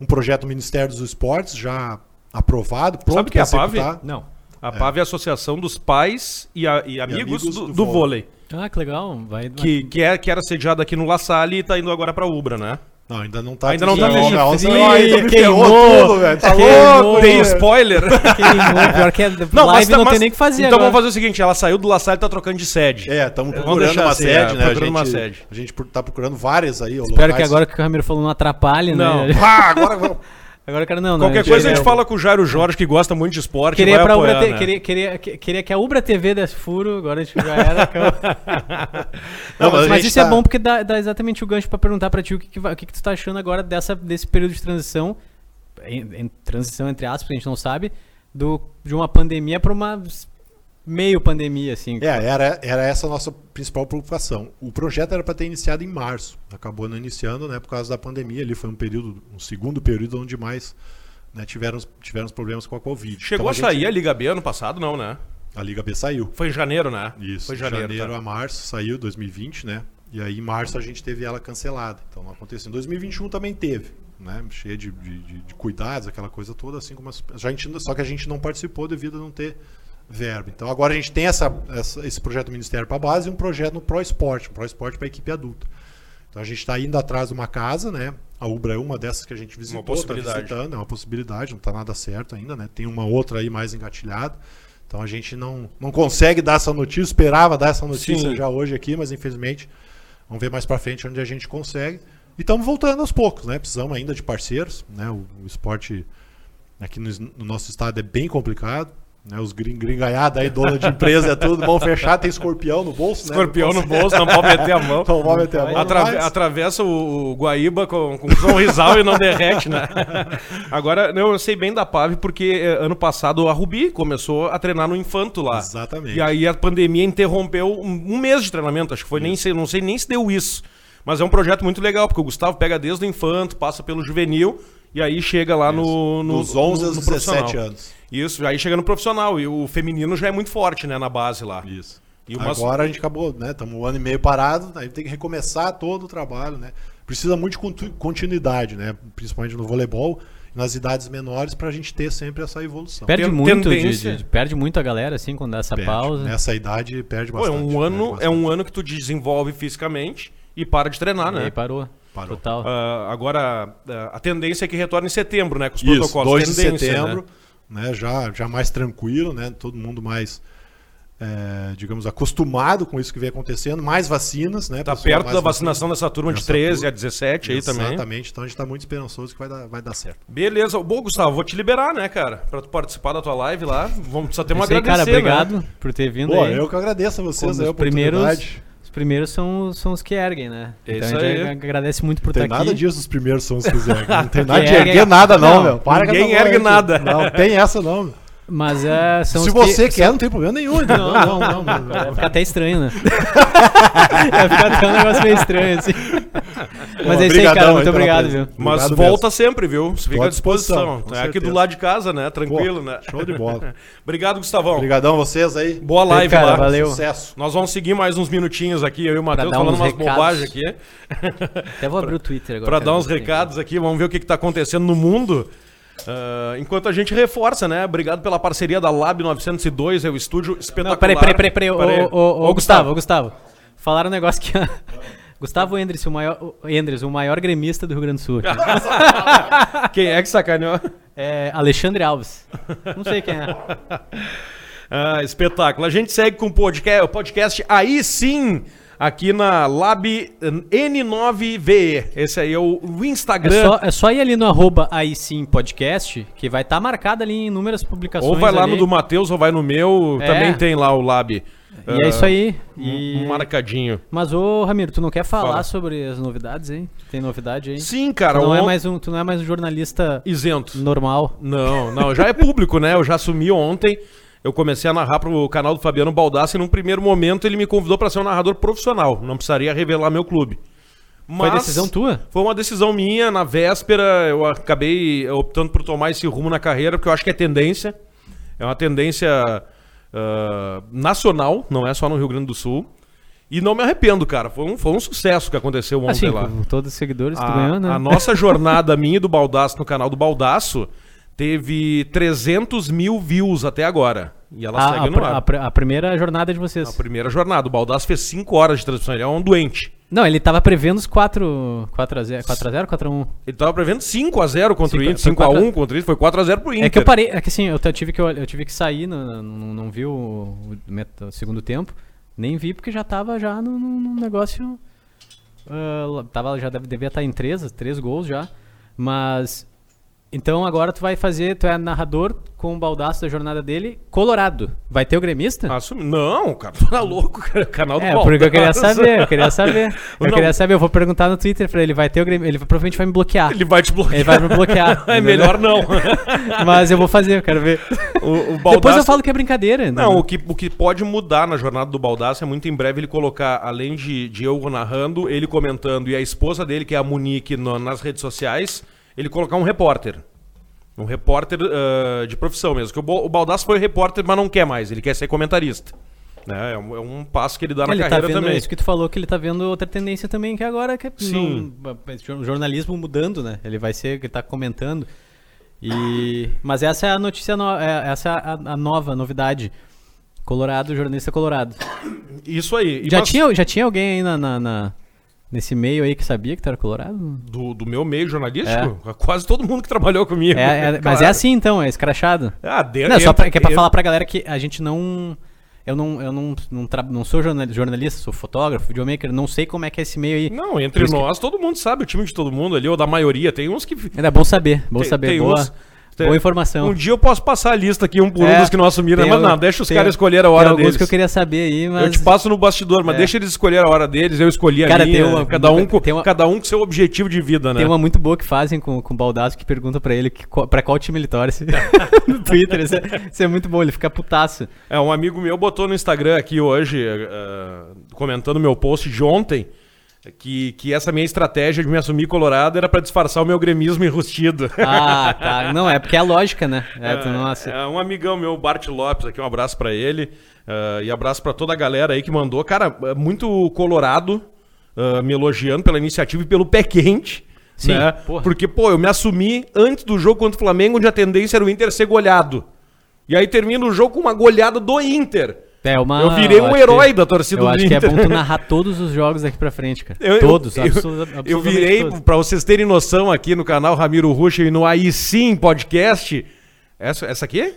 um projeto do Ministério dos Esportes já aprovado, pronto
Sabe o que é
pra
a PAV?
executar.
Não.
A PAV é a Associação dos Pais e, a- e amigos,
amigos
do,
do
do vôlei.
Ah, que legal. Vai,
Que, que, é, que era sediada aqui no La Salle e tá indo agora pra Ubra, né?
Não, ainda não tá
Ainda não tá
Não,
decidido.
não,
Ih,
senão aí tu me
queimou,
ferrou tudo, velho. Tá
queimou.
louco,
Tem
velho.
spoiler?
que queimou, pior que é, live
tá-
não tem nem o que fazer né?
Então
agora.
vamos fazer o seguinte, ela saiu do La Salle e tá trocando de sede.
É, estamos
Vamos
procurando
deixar
uma
assim,
sede,
é,
né? A gente,
procurando uma sede.
a gente tá procurando várias aí.
Espero que agora que o Ramiro falou não atrapalhe,
Não.
né?
Ah, agora vamos.
Agora eu quero não, não.
Qualquer coisa a gente
queria-
fala com o Jairo Jorge, que gosta muito de esporte. e
Queria,
vai
pra
apoiar,
Ubra T-
né?
queria, queria, que- queria que a Ubra TV desse furo, agora a gente já era. acabou.
Não,
mas
a gente
isso
tá-
é bom porque dá, dá exatamente o gancho pra perguntar pra ti o que, que, vai- o que, que tu tá achando agora dessa, desse período de transição, em, em- transição entre aspas, a gente não sabe, do, de uma pandemia pra uma s- meio pandemia, assim.
É, era, era essa a nossa principal preocupação. O projeto era para ter iniciado em março, acabou não iniciando, né, por causa da pandemia. Ali foi um período, um segundo período onde mais né, tiveram, tiveram os problemas com a Covid.
Chegou
Então,
a sair a Liga B ano passado, não, né?
A Liga B saiu.
Foi em janeiro, né?
Isso,
Foi em
janeiro,
janeiro.
janeiro
tá.
a março, saiu 2020, né? E aí em março a gente teve ela cancelada, então não aconteceu. Em 2021 também teve, né? Cheia de, de- de- de cuidados, aquela coisa toda, assim como as, já a gente, só que a gente não participou devido a não ter verba. Então agora a gente tem essa, essa- esse projeto do Ministério para base e um projeto no Pro Esporte, um Pro Esporte para equipe adulta. Então a gente está indo atrás de uma casa, né? A Ubra é uma dessas que a gente visitou, tá
possibilidade.
visitando, é uma possibilidade, não está nada certo ainda, né? Tem uma outra aí mais engatilhada. Então a gente não, não consegue dar essa notícia, esperava dar essa notícia
Sim.
já hoje aqui, mas infelizmente vamos ver mais para frente onde a gente consegue. E estamos voltando aos poucos, né? Precisamos ainda de parceiros, né? O, o esporte aqui no, es- no nosso estado é bem complicado. Né, os gring, gringaiada aí, dono de empresa, é tudo, vão fechar, tem escorpião no bolso, né?
Escorpião no bolso, não pode meter a mão.
Então vai meter a mão.
Atra-
mas-
Atravessa o, o Guaíba com, com um sorrisal e não derrete, né? Agora, não, eu sei bem da PAV porque eh, ano passado a Rubi começou a treinar no Infanto lá.
Exatamente.
E aí a pandemia interrompeu um, um mês de treinamento, acho que foi, nem sei, não sei nem se deu isso. Mas é um projeto muito legal, porque o Gustavo pega desde o Infanto, passa pelo Juvenil e aí chega lá no, no,
Dos 11 aos
no- no
17
profissional.
anos.
Isso, aí chega no profissional e o feminino já é muito forte, né, na base lá.
Isso.
E umas-
Agora a gente acabou, né? Estamos um ano e meio parado, aí tem que recomeçar todo o trabalho, né? Precisa muito de contu- continuidade, né? Principalmente no voleibol, nas idades menores, para a gente ter sempre essa evolução.
Perde
Tem
muito, de-
tendência.
de- perde muito a galera, assim, quando dá essa
Perde. né?
pausa.
Nessa idade perde
Pô, é
bastante.
um ano,
perde
é
bastante.
um ano que tu desenvolve fisicamente e para de treinar,
E aí
né?
parou.
Parou.
Total.
Ah, agora, ah, a tendência é que retorne em setembro, né? Com os
Isso,
protocolos.
2 de
Tendência,
setembro,
né?
né? já, já mais tranquilo, né? Todo mundo mais, é, digamos, acostumado com isso que vem acontecendo. Mais vacinas, né?
Tá
Pessoal
perto
mais
da vacinação dessa turma de
Dessa
13
turma.
a 17 aí também.
Exatamente, então a gente está muito esperançoso que vai dar, vai dar certo.
Beleza. Bom, Gustavo, vou te liberar, né, cara? Pra tu participar da tua live lá. Vamos só ter uma
Isso aí, cara,
agradecer,
obrigado
né?
por ter vindo
Pô,
aí.
eu que agradeço a vocês
Como
aí, a
os primeiros-
oportunidade.
Os primeiros são, os- são os que erguem, né?
É
então
isso
a gente
aí.
ag- agradece muito por
Não tem
estar
nada
aqui.
disso os primeiros são os que erguem. Não tem nada de
Ergue-
erguer nada, não,
Não,
meu. Para com
ninguém
essa
ergue
bola,
nada.
gente. Não tem essa, não. meu.
Mas é, são
Se
os
você
que...
quer, não tem problema nenhum. entendeu? Não, não, não. não, não.
Vai ficar até estranho, né? Vai ficar até um negócio meio estranho, assim. Mas é isso aí,
Obrigadão
cara.
aí
Muito
pela
obrigado,
presença.
viu?
Mas
Obrigado
volta sempre, viu? Você fica
à
à disposição.
disposição, com
é aqui do
certeza.
lado de casa, né? Tranquilo,
Pô,
né?
Show de bola.
Obrigado, Gustavão.
Obrigadão a vocês aí.
Boa
Aí,
live
cara,
lá.
valeu.
Sucesso.
Nós vamos seguir mais uns minutinhos aqui, eu e o Matheus
dar
falando
uns
umas
recados.
bobagens aqui.
Até vou abrir o Twitter agora.
Pra
cara,
dar uns
não tem
recados aqui, vamos ver o que, que tá acontecendo no mundo. Ah, enquanto a gente reforça, né? Obrigado pela parceria da Lab 902, é o estúdio
como.
espetacular.
Não, peraí, peraí, peraí, peraí. Ô,
Peraí.
ô, ô, ô, Gustavo, ô, Gustavo. Falaram um negócio que. Gustavo Endres, o maior, o Endres, o maior gremista do Rio Grande do Sul. aqui.
Quem é que sacaneou?
É Alexandre Alves. Não sei quem é.
Ah, espetáculo. A gente segue com o podcast, o podcast aí sim, aqui na Lab eh, N9VE. Esse aí é o, o
É
Instagram.
só, é só ir ali no arroba aí sim podcast, que vai estar marcado ali em inúmeras publicações.
ou vai lá
ali.
no do Matheus ou vai no meu,
É.
também tem lá o Lab.
E é isso aí.
E...
E-
Marcadinho.
Mas, ô Ramiro, tu não quer falar
Fala.
sobre as novidades, hein? Tem novidade aí?
Sim,
Tu
cara.
não, é
on-
mais um, tu não é mais um jornalista
Isento.
normal.
Não, não, já é público, né? Eu já assumi ontem. Eu comecei a narrar pro canal do Fabiano Baldassi e num primeiro momento ele me convidou pra ser um narrador profissional. Não precisaria revelar meu clube. Mas
Foi decisão tua?
Foi uma decisão minha, na véspera eu acabei optando por tomar esse rumo na carreira, porque eu acho que é tendência. É uma tendência ah, nacional, não é só no Rio Grande do Sul. E não me arrependo, cara. Foi um, foi um sucesso que aconteceu ontem
Assim,
lá.
com todos os seguidores, tu
A-
ganhou, né?
A nossa jornada minha e do Baldaço no canal do Baldaço teve 300 mil views até agora. E ela
Ah, A- a
segue no
pr-
ar.
a
A,
pr- a primeira jornada de vocês.
primeira jornada. O Baldaço fez 5 horas de transmissão. Ele é um doente.
Não, ele tava prevendo os 4 4 a 0, 4 a 0, 4 a 1.
Ele tava prevendo 5x0 contra o
Cinco-
Inter,
foi
5x1
quatro-
contra o Inter, foi 4x0 pro Inter.
É que eu parei, é que assim, eu t- tive que eu, eu tive que sair, não, não, não vi o, o met- o segundo tempo, nem vi porque já tava já num- num num negócio tá ah, lá- tava já deve- devia estar em três, três gols já, mas Então agora tu vai fazer, tu é narrador com o baldaço da jornada dele, colorado. Vai ter o gremista?
Assumi- Não, cara, tu Ah, tá louco, cara. Canal do
né? é,
Baldaço.
porque eu queria saber, eu queria saber. Eu
Não.
queria saber, eu vou perguntar no Twitter pra ele, vai ter o gremista, ele provavelmente vai me bloquear.
Ele vai te bloquear.
Ele vai me bloquear.
É
entendeu?
melhor não.
Mas eu vou fazer, eu quero ver.
o, o
Depois eu
Baldaço-
falo que é brincadeira.
Não, o que, o que pode mudar na jornada do Baldaço é muito em breve ele colocar, além de, de eu narrando, ele comentando e a esposa dele, que é a Monique, no- nas redes sociais, ele colocar um repórter. Um repórter ah, de profissão mesmo. Que o, Bo- o Baldaço foi repórter, mas não quer mais, ele quer ser comentarista. Né? É, um, é um passo que ele dá na
ele tá
carreira
vendo
também.
isso que tu falou, que ele tá vendo outra tendência também, que agora que é
Sim.
não- o jornalismo mudando, né? Ele vai ser, que tá comentando. E, mas essa é a notícia, no- é- essa é a, a nova novidade. Colorado, jornalista colorado.
Isso aí. E
já,
mas-
tinha, já tinha alguém aí na, na- na- nesse meio aí que sabia que tu era colorado?
Do, do meu meio jornalístico? Quase todo mundo que trabalhou comigo.
É- é- Mas
Claro.
é assim então, é escrachado.
Ah, de-
Não, só pra, que é pra
eu-
falar pra galera que a gente não. Eu não, eu não, não, tra- não sou jornali- jornalista, sou fotógrafo, videomaker, não sei como é que é esse meio aí.
Não,
Por
entre
isso que-
nós, todo mundo sabe, o time de todo mundo ali, ou da maioria, tem uns que.
Era é bom saber, bom
Tem-
saber,
tem
boa,
uns- tem-
boa informação.
Um dia eu posso passar a lista aqui, um por
Então, É,
um dos que não assumiram,
tem
mas
al-
não, deixa os
tem-
caras escolher a
tem
hora
alguns
deles.
que eu queria saber aí, mas...
Eu te passo no bastidor, mas
É.
deixa eles escolher a hora deles, eu escolhi a
Cara,
minha,
tem uma-
cada, um com,
tem uma-
cada um com seu objetivo de vida, né?
Tem uma muito boa que fazem com, com o Baldasso que pergunta pra ele que, qual- pra qual time ele torce no Twitter. Isso é, isso é muito bom, ele fica putaço.
É, um amigo meu botou no Instagram aqui hoje, eh, comentando meu post de ontem, que, que essa minha estratégia de me assumir colorado era pra disfarçar o meu gremismo enrustido.
Ah, tá. Não, é porque é a lógica, né? É, tu-
É,
nossa.
é, um amigão meu, Bart Lopes, aqui um abraço pra ele ah, e abraço pra toda a galera aí que mandou. Cara, é muito colorado, ah, me elogiando pela iniciativa e pelo pé quente.
Sim,
né?
porra.
Porque, pô, eu me assumi antes do jogo contra o Flamengo, onde a tendência era o Inter ser goleado. E aí termina o jogo com uma goleada do Inter.
É uma,
eu virei um
acho
herói
que-
da torcida
eu
do
acho
Inter.
que é bom tu narrar todos os jogos daqui pra frente, cara.
Eu- eu-
todos,
eu,
absolu-
eu
absolutamente
virei, um
todos.
pra vocês terem noção, aqui no canal Ramiro Ruxa e no Aí Sim Podcast. Essa, essa aqui?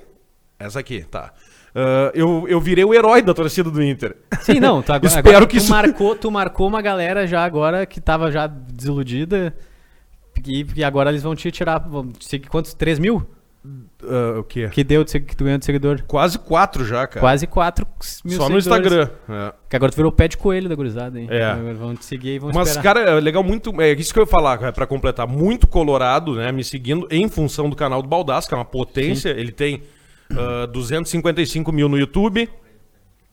Essa aqui, tá. Ah, eu, eu virei o herói da torcida do Inter.
Sim, não, tu agora,
Espero
agora
que
tu,
isso-
marcou, tu marcou uma galera já agora que tava já desiludida e, e agora eles vão te tirar, vão- se- quantos? 3 mil?
Ah, o quê?
Que deu de segu- que tu ganhou de seguidor.
Quase quatro já, cara.
Quase 4 mil
É. Só no
seguidores.
Instagram. é.
Que agora tu virou o pé de coelho da gurizada, hein?
É.
Agora Vão te seguir e vão
Mas,
esperar.
cara, é legal muito. É isso que eu ia falar, cara, pra completar. Muito colorado, né? Me seguindo em função do canal do Baldaço, que é uma potência. Ele tem ah, 255 mil no YouTube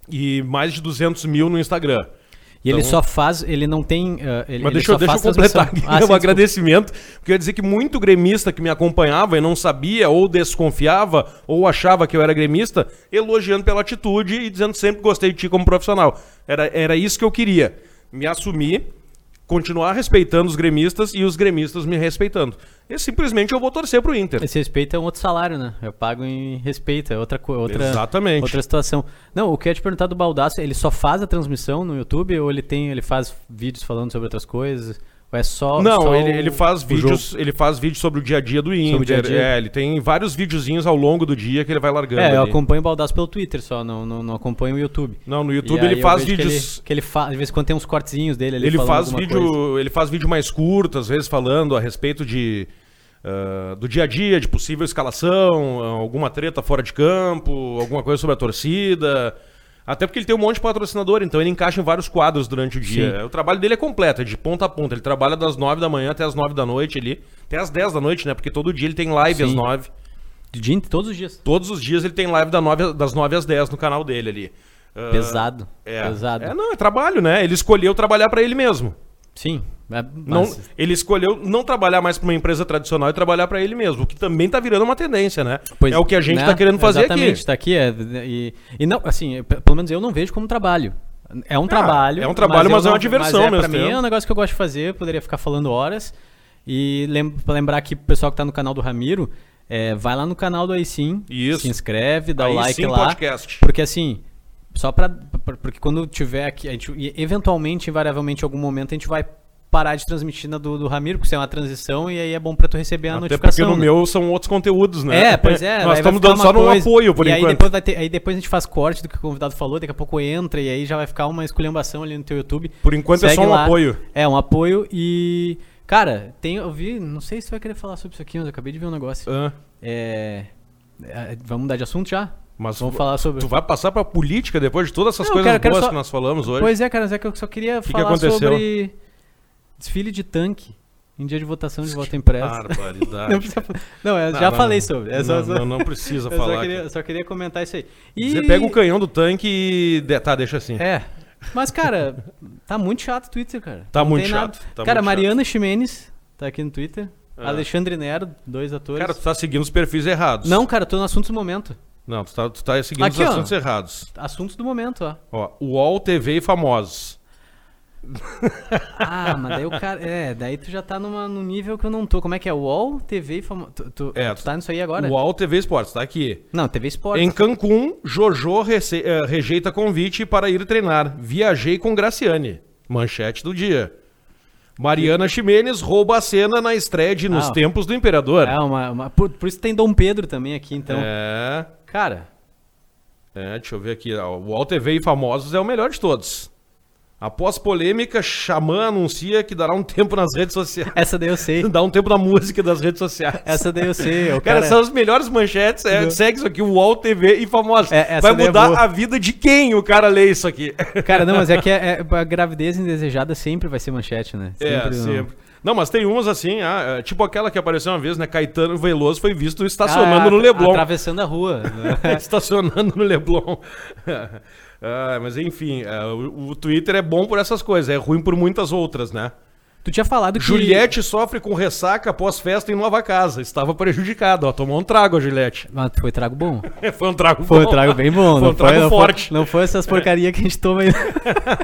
e mais de 200 mil no Instagram.
E ele
então-
só faz, ele não tem... ah, ele,
Mas
ele
deixa, eu-
só
deixa eu
faz
completar aqui é
transmissão. Ah,
meu
sim, desculpa.
agradecimento, porque eu ia dizer que muito gremista que me acompanhava e não sabia, ou desconfiava, ou achava que eu era gremista, elogiando pela atitude e dizendo sempre gostei de ti como profissional. Era, era isso que eu queria, me assumir, continuar respeitando os gremistas e os gremistas me respeitando. E simplesmente eu vou torcer pro Inter.
Esse respeito é um outro salário, né? Eu pago em respeito, é outra coisa. Outra,
Exatamente.
Outra situação. Não, o que eu ia te perguntar do Baldaço, ele só faz a transmissão no YouTube ou ele tem, ele faz vídeos falando sobre outras coisas? Ou é só.
Não,
só
ele,
o-
ele faz
o
vídeos,
jogo?
ele faz vídeos sobre o dia a dia do
o
Inter.
dia a dia.
É, ele tem vários videozinhos ao longo do dia que ele vai largando.
É, eu
ali.
acompanho o Baldaço pelo Twitter só, não, não, não acompanho o YouTube.
Não, no
E
YouTube
aí
ele
eu
faz
vejo que ele-
vídeos
Que ele, faz, de vez em quando tem uns cortezinhos dele ali
Ele,
falando
faz
alguma
vídeo,
coisa.
ele faz vídeo mais curto, às vezes falando a respeito de ah, do dia a dia, de possível escalação, alguma treta fora de campo, alguma coisa sobre a torcida. Até porque ele tem um monte de patrocinador, então ele encaixa em vários quadros durante o dia.
Sim.
O trabalho dele é completo, é de ponta a ponta. Ele trabalha das 9 da manhã até as 9 da noite ali. Até as 10 da noite, né? Porque todo dia ele tem live às
Sim.
9.
De dia, todos os dias.
Todos os dias ele tem live da nove- das 9 às 10 no canal dele ali. Ah,
Pesado.
É.
Pesado.
É, não, é trabalho, né? Ele escolheu trabalhar pra ele mesmo.
Sim. é-
Não,
mas-
ele escolheu não trabalhar mais para uma empresa tradicional e trabalhar para ele mesmo, o que também tá virando uma tendência, né?
Pois,
é o que a gente
né?
tá querendo fazer
Exatamente,
aqui.
tá aqui. É, e, e não, assim, eu, pe- pelo menos eu não vejo como trabalho. É um trabalho.
é um trabalho, mas
eu
é uma diversão
mas é,
mesmo
Pra mim
tempo.
é um negócio que eu gosto de fazer, eu poderia ficar falando horas. E lem pra lembrar aqui pro pessoal que tá no canal do Ramiro, é, vai lá no canal do Aí Sim,
Isso.
se inscreve, dá o
Aí
like
Sim
lá.
Podcast.
Porque assim, só pra, pra- Porque quando tiver aqui, a gente, e eventualmente, invariavelmente, em algum momento, a gente vai parar de transmitir na do, do Ramiro, porque isso é uma transição, e aí é bom pra tu receber a
Até porque
notificação.
no
né?
meu são outros conteúdos, né?
É, pois é.
Nós
aí vai
estamos
ficar
dando
uma
só no
coisa-
apoio por
e Aí
enquanto.
depois, vai ter- aí depois a gente faz corte do que o convidado falou, daqui a pouco entra, e aí já vai ficar uma esculhambação ali no teu YouTube.
Por enquanto é só
Segue
um
lá.
apoio.
É, um apoio e. Cara, tem, eu vi, não sei se tu vai querer falar sobre isso aqui, mas eu acabei de ver um negócio.
Ah,
É, é, vamos mudar de assunto já?
mas
Vamos
tu-
falar sobre.
tu vai passar pra política depois de todas essas
Não, eu
coisas
quero- quero
boas
só-
que nós falamos hoje.
Pois é, cara, mas é que eu só queria
Que que
falar
aconteceu?
sobre desfile de tanque em dia de votação de voto impresso.
Barbaridade.
é. Não, precisa, não, eu
Não,
já
não,
falei
não.
sobre. É só,
não,
só-
não, não precisa
eu
falar.
só queria,
cara.
só queria comentar isso aí.
Você pega o canhão do tanque e. de- Tá, deixa assim.
É. Mas, cara, tá muito chato o Twitter, cara.
Tá muito
tem
chato, tá
cara,
muito
Mariana Ximenes tá aqui no Twitter.
Ah.
Alexandre Nero, dois atores.
Cara, tu tá seguindo os perfis errados.
Não, cara, tô no assuntos do momento.
Não, tu tá, tu tá seguindo
Aqui,
os
ó.
assuntos errados.
Assuntos do momento, ó.
Ó, UOL, TV e famosos.
Ah, mas daí o cara. É, daí tu já tá numa, num nível que eu não tô. Como é que é? UOL, TV e famo... tu, tu,
É,
tu tá nisso aí agora?
UOL, TV e Esportes, tá aqui.
Não, TV Esporte.
Em Cancún, Jojo rece- eh, rejeita convite para ir treinar. Viajei com Graciane. Manchete do dia. Mariana Ximenes rouba a cena na estreia de Nos
Ah.
Tempos do Imperador.
É, uma, uma- por, por isso tem Dom Pedro também aqui, então.
É,
Cara,
é, deixa eu ver aqui. ó, O UOL TV e Famosos é o melhor de todos. Após polêmica, Xamã anuncia que dará um tempo nas redes sociais.
essa daí eu sei.
Dá um tempo na música das redes sociais.
Essa daí eu sei.
Cara,
O cara, é-
são as melhores manchetes. É,
Entendeu?
segue isso aqui, UOL TV e famosos.
É, essa
Vai
daí é
mudar
boa.
a vida de quem o cara lê isso aqui.
cara, não, mas é que é- é- a gravidez indesejada sempre vai ser manchete, né?
É,
não.
sempre. Não, mas tem umas assim, ah, é, tipo aquela que apareceu uma vez, né? Caetano Veloso foi visto estacionando
Ah,
Tá no Leblon. É,
Atravessando a rua. né?
estacionando no Leblon. Ah, mas enfim, ah, o, o Twitter é bom por essas coisas, é ruim por muitas outras, né?
tu tinha falado que.
Juliette sofre com ressaca após festa em Nova Casa. Estava prejudicada, ó. Tomou um trago a Juliette.
Mas Ah, foi trago bom.
foi um trago
Foi um
bom.
trago bem bom.
Foi
não
um trago
não
forte.
não foi essas porcaria que a gente toma aí.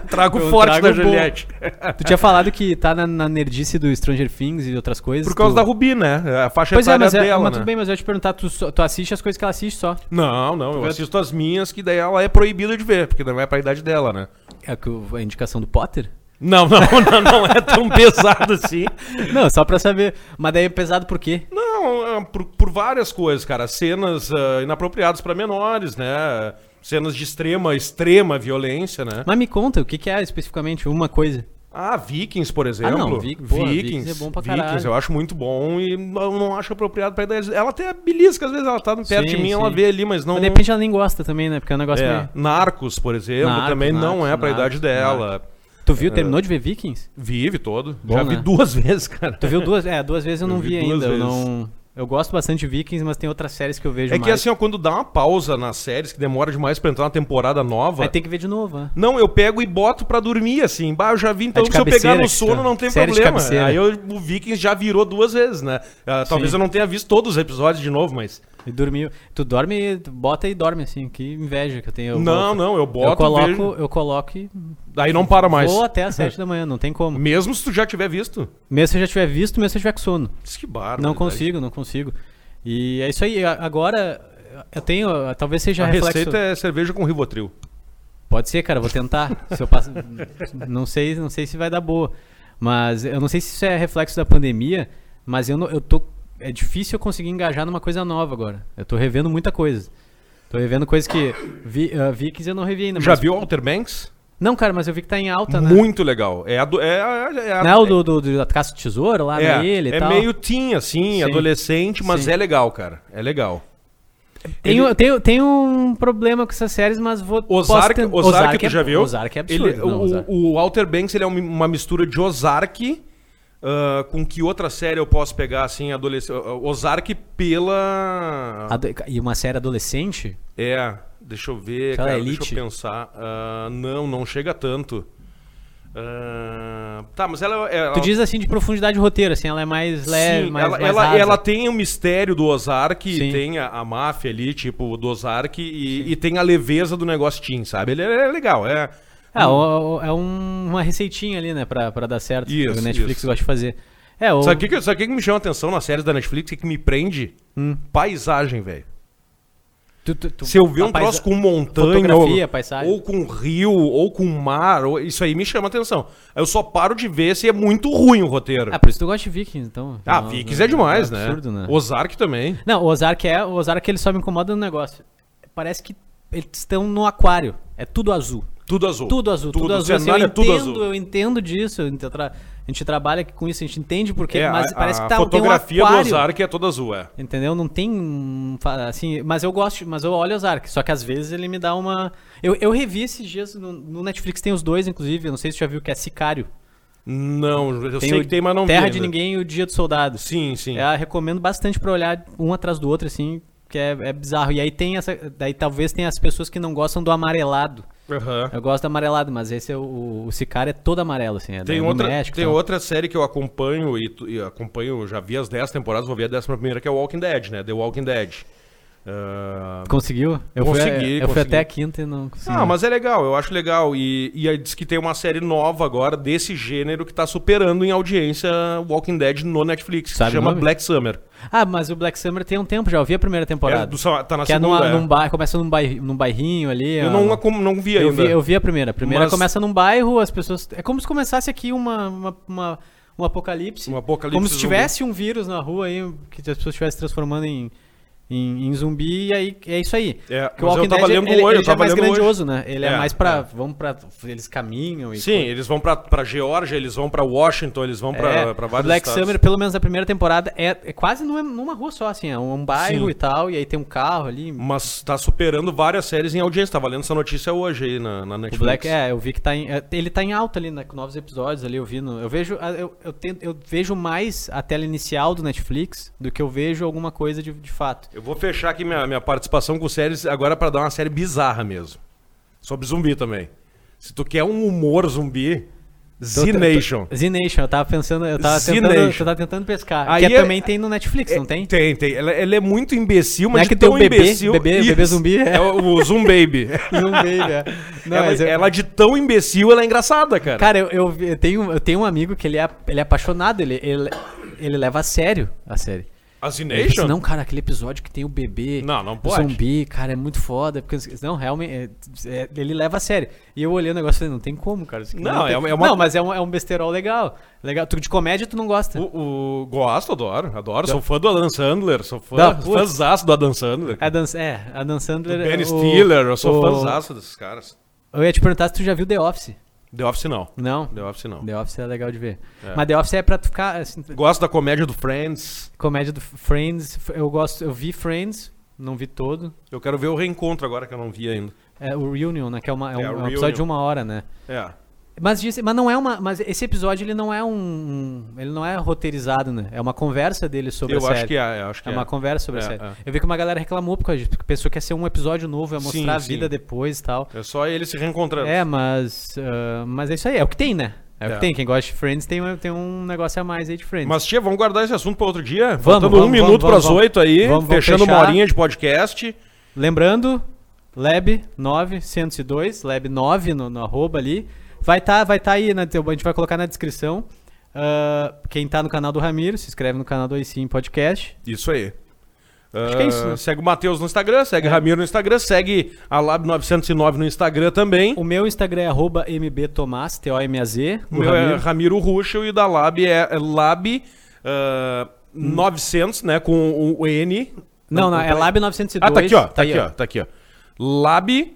Trago
Foi um
forte
trago
da
bom.
Juliette.
Tu tinha falado que tá na, na nerdice do Stranger Things e outras coisas.
Por causa
tu...
da Rubi, né? A faixa
Pois é,
etária
mas, é,
dela,
mas
né?
tudo bem, mas eu ia te perguntar, tu, só- tu assiste as coisas que ela assiste só?
Não, não, eu
vê-
assisto as minhas, que daí ela é proibida de ver, porque não é pra idade dela, né?
É que o- a indicação do Potter?
Não, não, não, não é tão pesado assim.
Não, só pra saber. Mas daí é pesado por quê?
Não, é por, por várias coisas, cara. Cenas ah, inapropriadas pra menores, né? Cenas de extrema, extrema violência, né?
Mas me conta, o que, que é especificamente uma coisa?
Ah, Vikings, por exemplo.
não, Vi- porra, Vikings é bom pra caralho.
eu acho muito bom e eu não acho apropriado pra idade. Ela até belisca, às vezes ela tá perto de
Sim,
mim, ela
sim.
vê ali, mas não...
Mas de repente ela nem gosta também, né? Porque é um negócio
É,
meio...
Narcos, por exemplo,
Narcos,
também não
Narcos,
é pra idade
Narcos,
dela.
Tu
É.
viu, terminou de ver Vikings?
Vive todo.
Bom,
Já vi
né?
duas vezes, cara.
Tu viu duas... É, duas vezes eu
Eu
não
vi
vi,
duas
ainda. Eu,
vezes.
não... eu gosto bastante de Vikings, mas tem outras séries que eu vejo
É que
mais.
assim, ó, quando dá uma pausa nas séries, que demora demais pra entrar uma temporada nova.
Aí tem que ver de novo, né?
Não, eu pego e boto pra dormir, assim. Bah, eu já vi, então
É de
se eu pegar
cabeceira
no
que
sono
chama.
não tem
Série de
problema.
cabeceira.
Aí eu- o Vikings já virou duas vezes, né? Ah, talvez
Sim.
eu não tenha visto todos os episódios de novo, mas.
E dormiu. Tu dorme, tu bota e dorme, assim. Que inveja que eu tenho. Eu
não, não, eu boto.
eu coloco,
vejo,
eu coloco e
Aí não para mais.
vou até às 7 da manhã, não tem como.
Mesmo se tu já tiver visto.
Mesmo se eu já tiver visto, mesmo se eu tiver com sono.
Diz que barba.
Não consigo, não congo. E é isso aí. A- Agora, eu tenho. Talvez seja
A
reflexo.
receita é cerveja com Rivotril.
Pode ser, cara, vou tentar. Se eu passo- não, sei, não sei se vai dar boa. Mas eu não sei se isso é reflexo da pandemia, mas eu, não, eu tô. É difícil eu conseguir engajar numa coisa nova agora. Eu tô revendo muita coisa. Tô revendo coisas que. Vi, ah, vi que eu não revi ainda.
Já
mas-
viu Walter Banks?
Não, cara, mas eu vi que tá em alta, né?
Muito legal. É a do. É, a- é a-
Não é o do, do, do da Caça do Tesouro lá na ilha e
é
tal.
meio teen, assim,
Sim.
adolescente, mas
Sim.
é legal, cara. É legal.
Tem,
ele-
um- tem, tem um problema com essas séries, mas vou. posso
Ozark,
ten-
Ozark, tu
é-
já viu?
Ozark é absurdo.
Ele-
não,
o,
Ozark.
o Walter Banks ele é um- uma mistura de Ozark ah, com que outra série eu posso pegar assim adolescente Ozark pela
Ado- E uma série adolescente?
é deixa eu ver
Aquela
cara,
Elite?
deixa eu pensar Ah, não não chega tanto Ah, tá mas ela, ela
Tu diz assim de profundidade de roteiro, assim, ela é mais leve,
Sim,
mais,
ela,
mais
ela,
rasa.
ela tem o mistério do Ozark,
Sim.
tem a, a máfia ali, tipo, do Ozark, e, e tem a leveza do negócio teen, sabe? Ele é, é legal, é...
Ah, o- o- é um- uma receitinha ali, né, pra, pra dar certo. que
Isso,
o Netflix
isso.
gosta de fazer. É, o...
Sabe o que, que- sabe o que que me chama a atenção nas séries da Netflix e que me prende? Paisagem, velho.
tu- tu- Hum. tu-
Se eu ver
a
um
paisa-
troço com montanha,
fotografia,
ou,
paisagem.
ou com rio, ou com mar, ou- isso aí me chama a atenção. Eu só paro de ver se é muito ruim o roteiro.
Ah, por isso tu gosta de Vikings, então.
ah,
Não,
Vikings
não-
é demais, né?
Absurdo, né?
Ozark também.
Não, o Ozark é. O Ozark ele só me incomoda no negócio. Parece que eles estão no aquário. É tudo azul.
Tudo azul.
Tudo azul, tudo,
o
azul. Assim, eu
cenário é
entendo,
tudo azul.
eu entendo disso. Eu entendo, tra- A gente trabalha com isso, a gente entende porque,
É,
mas
a,
parece
a
que tá tem um
fotografia do
aquário.
Ozark é toda azul, é.
Entendeu? Não tem um, fa- assim, mas eu gosto, mas eu olho Ozark, só que às vezes ele me dá uma Eu, eu revi esses dias no, no Netflix tem os dois inclusive, eu não sei se você já viu que é Sicário.
Não, eu
Tem
sei
o
que tem, mas não vi
Terra de
ainda.
Ninguém É. e o Dia dos Soldados.
Sim, sim.
Eu recomendo bastante pra olhar um atrás do outro, assim, que é, é bizarro. E aí tem essa. Daí talvez tenha as pessoas que não gostam do amarelado.
Aham.
Eu gosto do amarelado, mas esse é o, o Sicário é todo amarelo, assim. É
Tem,
do
outra,
México,
tem
tal.
outra série que eu acompanho e, tu- e acompanho, já vi as 10 temporadas, vou ver a 11 primeira, que é Walking Dead, né? The Walking Dead. Ah,
Conseguiu? Eu fui,
Consegui,
eu fui
consegui.
até a quinta e não consegui.
Ah, mas é legal, eu acho legal. E, e aí diz que tem uma série nova agora desse gênero que tá superando em audiência Walking Dead no Netflix. que
Sabe
se chama
o nome?
Black Summer.
Ah, mas o Black Summer tem um tempo, já eu vi a primeira temporada.
É do sa- tá na
que é
segunda.
numa,
é.
num bairro, começa num, bairro, num bairrinho ali.
Eu
ó.
não, acom- não vi
eu
ainda.
vi, eu vi a primeira. A primeira
Mas-
começa num bairro, as pessoas. É como se começasse aqui uma, uma, uma- um apocalipse.
Um apocalipse
Como se
zumbi.
tivesse um vírus na rua aí, que as pessoas estivessem transformando em, em, em zumbi, e aí é isso aí.
É,
Porque o
mas eu
Walking
tava
Dead,
lendo
ele,
hoje,
ele
eu
já é
tava
mais
lendo
grandioso, né? Ele é,
É,
mais pra.
é.
Vamos pra. Eles caminham e.
Sim, eles vão pra, pra Geórgia, eles vão pra Washington, eles vão pra,
É,
pra
o
vários
Black
estados.
Summer, pelo menos na primeira temporada, é, é quase numa, numa rua só, assim, é um bairro
Sim.
e tal, e aí tem um carro ali.
Mas tá superando várias séries em audiência. Tá valendo essa notícia hoje aí na, na
O
Netflix.
Black, é, eu vi que tá em, é, ele tá em alta ali, né, com novos episódios ali, eu vi no, eu vejo, ah, eu, eu, tento- eu vejo mais a tela inicial do Netflix do que eu vejo alguma coisa de, de fato.
Eu vou fechar aqui minha, minha participação com séries agora pra dar uma série bizarra mesmo. Sobre zumbi também. Se tu quer um humor zumbi,
Então,
Z Nation.
Z Nation, eu tava pensando, eu tava,
Z
tentando,
Nation.
eu tava tentando pescar,
Aí
que
é-
também tem no Netflix, não tem?
Tem, tem. Ela, ela é muito imbecil,
Não
mas
é que
de
tem
tão
o bebê,
imbecil.
bebê-
Isso.
bebê zumbi, é.
É o, o Zumbaby.
Zumbi, né? Não,
um é. ela,
mas eu-
ela de tão imbecil, ela é engraçada, cara.
Cara, eu, eu, eu tenho, eu tenho um amigo que ele é, ele é apaixonado, ele, ele, ele leva a sério a série.
A Z
Ele disse,
Nation?
não, cara, aquele episódio que tem o bebê,
Não, não
o
pode.
zumbi, cara, é muito foda. Porque, não, realmente, é- é- ele leva a sério. E eu olhei o negócio e falei, não tem como, cara. isso aqui
Não,
tem-
é uma- é uma-
Não, mas é um, é um besterol legal. legal. Tu, de comédia tu não gosta.
O, o- Gosto, adoro, adoro. Sou fã do Adam Sandler, sou fã,
Então- Não,
fãzaço do Adam Sandler.
A Dan, é, a Dan Sandler...
Ben
o-
Stiller, eu sou
o-
fãzaço desses caras.
Eu ia te perguntar se tu já viu The Office.
The Office não.
Não?
The Office não.
The Office é legal de ver.
É.
Mas The Office é pra tu ficar... assim,
Gosto da comédia do Friends.
comédia do Friends, eu gosto... Eu vi Friends, não vi todo.
Eu quero ver o reencontro agora que eu não vi ainda.
É o Reunion, né? Que é, uma, é um,
É,
é um
Reunion.
episódio de uma hora, né?
É.
Mas, disse- mas não é uma. Mas esse episódio ele não é um. um- ele não é roteirizado, né? É uma conversa dele sobre
eu
a série.
acho que é, eu acho que
É uma conversa sobre a
É,
série.
é.
Eu vi que uma galera reclamou por causa disso, porque pensou que ia ser um episódio novo, ia mostrar
Sim,
a
sim.
vida depois e tal.
É só ele se reencontrando.
É, mas. ah, mas é isso aí, é o que tem, né? É, o
É.
que tem. Quem gosta de Friends tem, um- tem um negócio a mais aí de Friends.
Mas, tia, vamos guardar esse assunto para outro dia?
Vamos,
Faltando um
vamos, vamos,
minuto
vamos,
pras
vamos.
oito aí,
Vamos, vamos
fechando uma
fechar.
horinha de podcast.
Lembrando, Lab 9102, Lab 9 no, no arroba ali. Vai estar vai tá aí, na, a gente vai colocar na descrição. Ah, quem tá no canal do Ramiro, se inscreve no canal do Sim Podcast.
Isso aí.
Acho que é isso,
Ah,
né? É.
Segue o Matheus no Instagram, segue o Ramiro no Instagram, segue a Lab 909 no Instagram também.
O meu Instagram é arroba mbtomaz, T-O-M-A-Z.
O meu é Ramiro Ruschel e da Lab é é Lab ah, 900, né? Com o- o N.
Hum. Não, não, é Lab 902.
Ah, tá aqui, ó. Tá
aí,
aqui, ó. Tá aqui, ó. Lab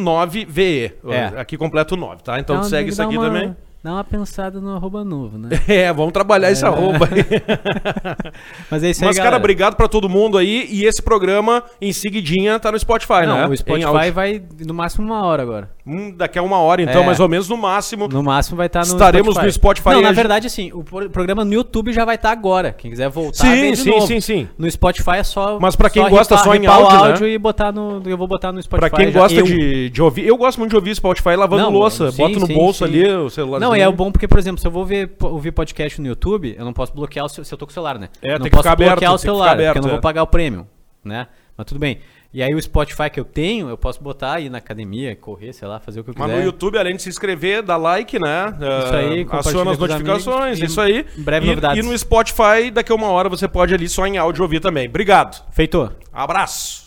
N9VE.
É.
Aqui completa o 9, tá? Então
Dá
tu
uma-
segue isso
dá
aqui
uma-
também.
Dá uma pensada no arroba novo, né?
É, vamos trabalhar esse arroba aí.
Mas é isso aí,
Mas, cara,
né? galera.
obrigado pra todo mundo aí. E esse programa, em seguidinha, tá no Spotify,
Não,
né?
o
Em áudio.
Spotify vai no máximo uma hora agora.
Hum, daqui a uma hora, então,
É.
mais ou menos, no máximo. Tá,
No máximo vai estar no
Estaremos no Spotify
Não,
e a
na
gente-
verdade, assim, o pro- programa no YouTube já vai estar agora. Quem quiser voltar, vê
sim,
de
sim,
novo.
sim, sim.
No Spotify é só.
Mas pra quem gosta, só em
ripar o
áudio, né?
e botar no. Eu vou botar no Spotify.
Pra quem
já.
gosta
Eu-
de, de ouvir, eu gosto muito de ouvir Spotify lavando
Não,
louça.
sim,
Bota no
sim,
bolso
sim.
ali o celular.
Não, é o bom porque, por exemplo, se eu vou ver, po- ouvir podcast no YouTube, eu não posso bloquear o seu, se eu tô com o celular, né?
É,
não
tem que
posso
ficar aberto,
bloquear
tem
o
que
celular,
ficar aberto,
porque eu não vou
é.
pagar o prêmio, né? Mas tudo bem. E aí o Spotify que eu tenho, eu posso botar ir na academia, correr, sei lá, fazer o que eu quiser.
Mas no YouTube, além de se inscrever, dá like, né?
né? Isso aí,
Ah, aciona
compartilha
as
com os
notificações,
amigos e
isso aí.
em breve
e,
novidades.
E no Spotify, daqui a uma hora, você pode ali só em áudio ouvir também. Obrigado.
Feito.
Abraço.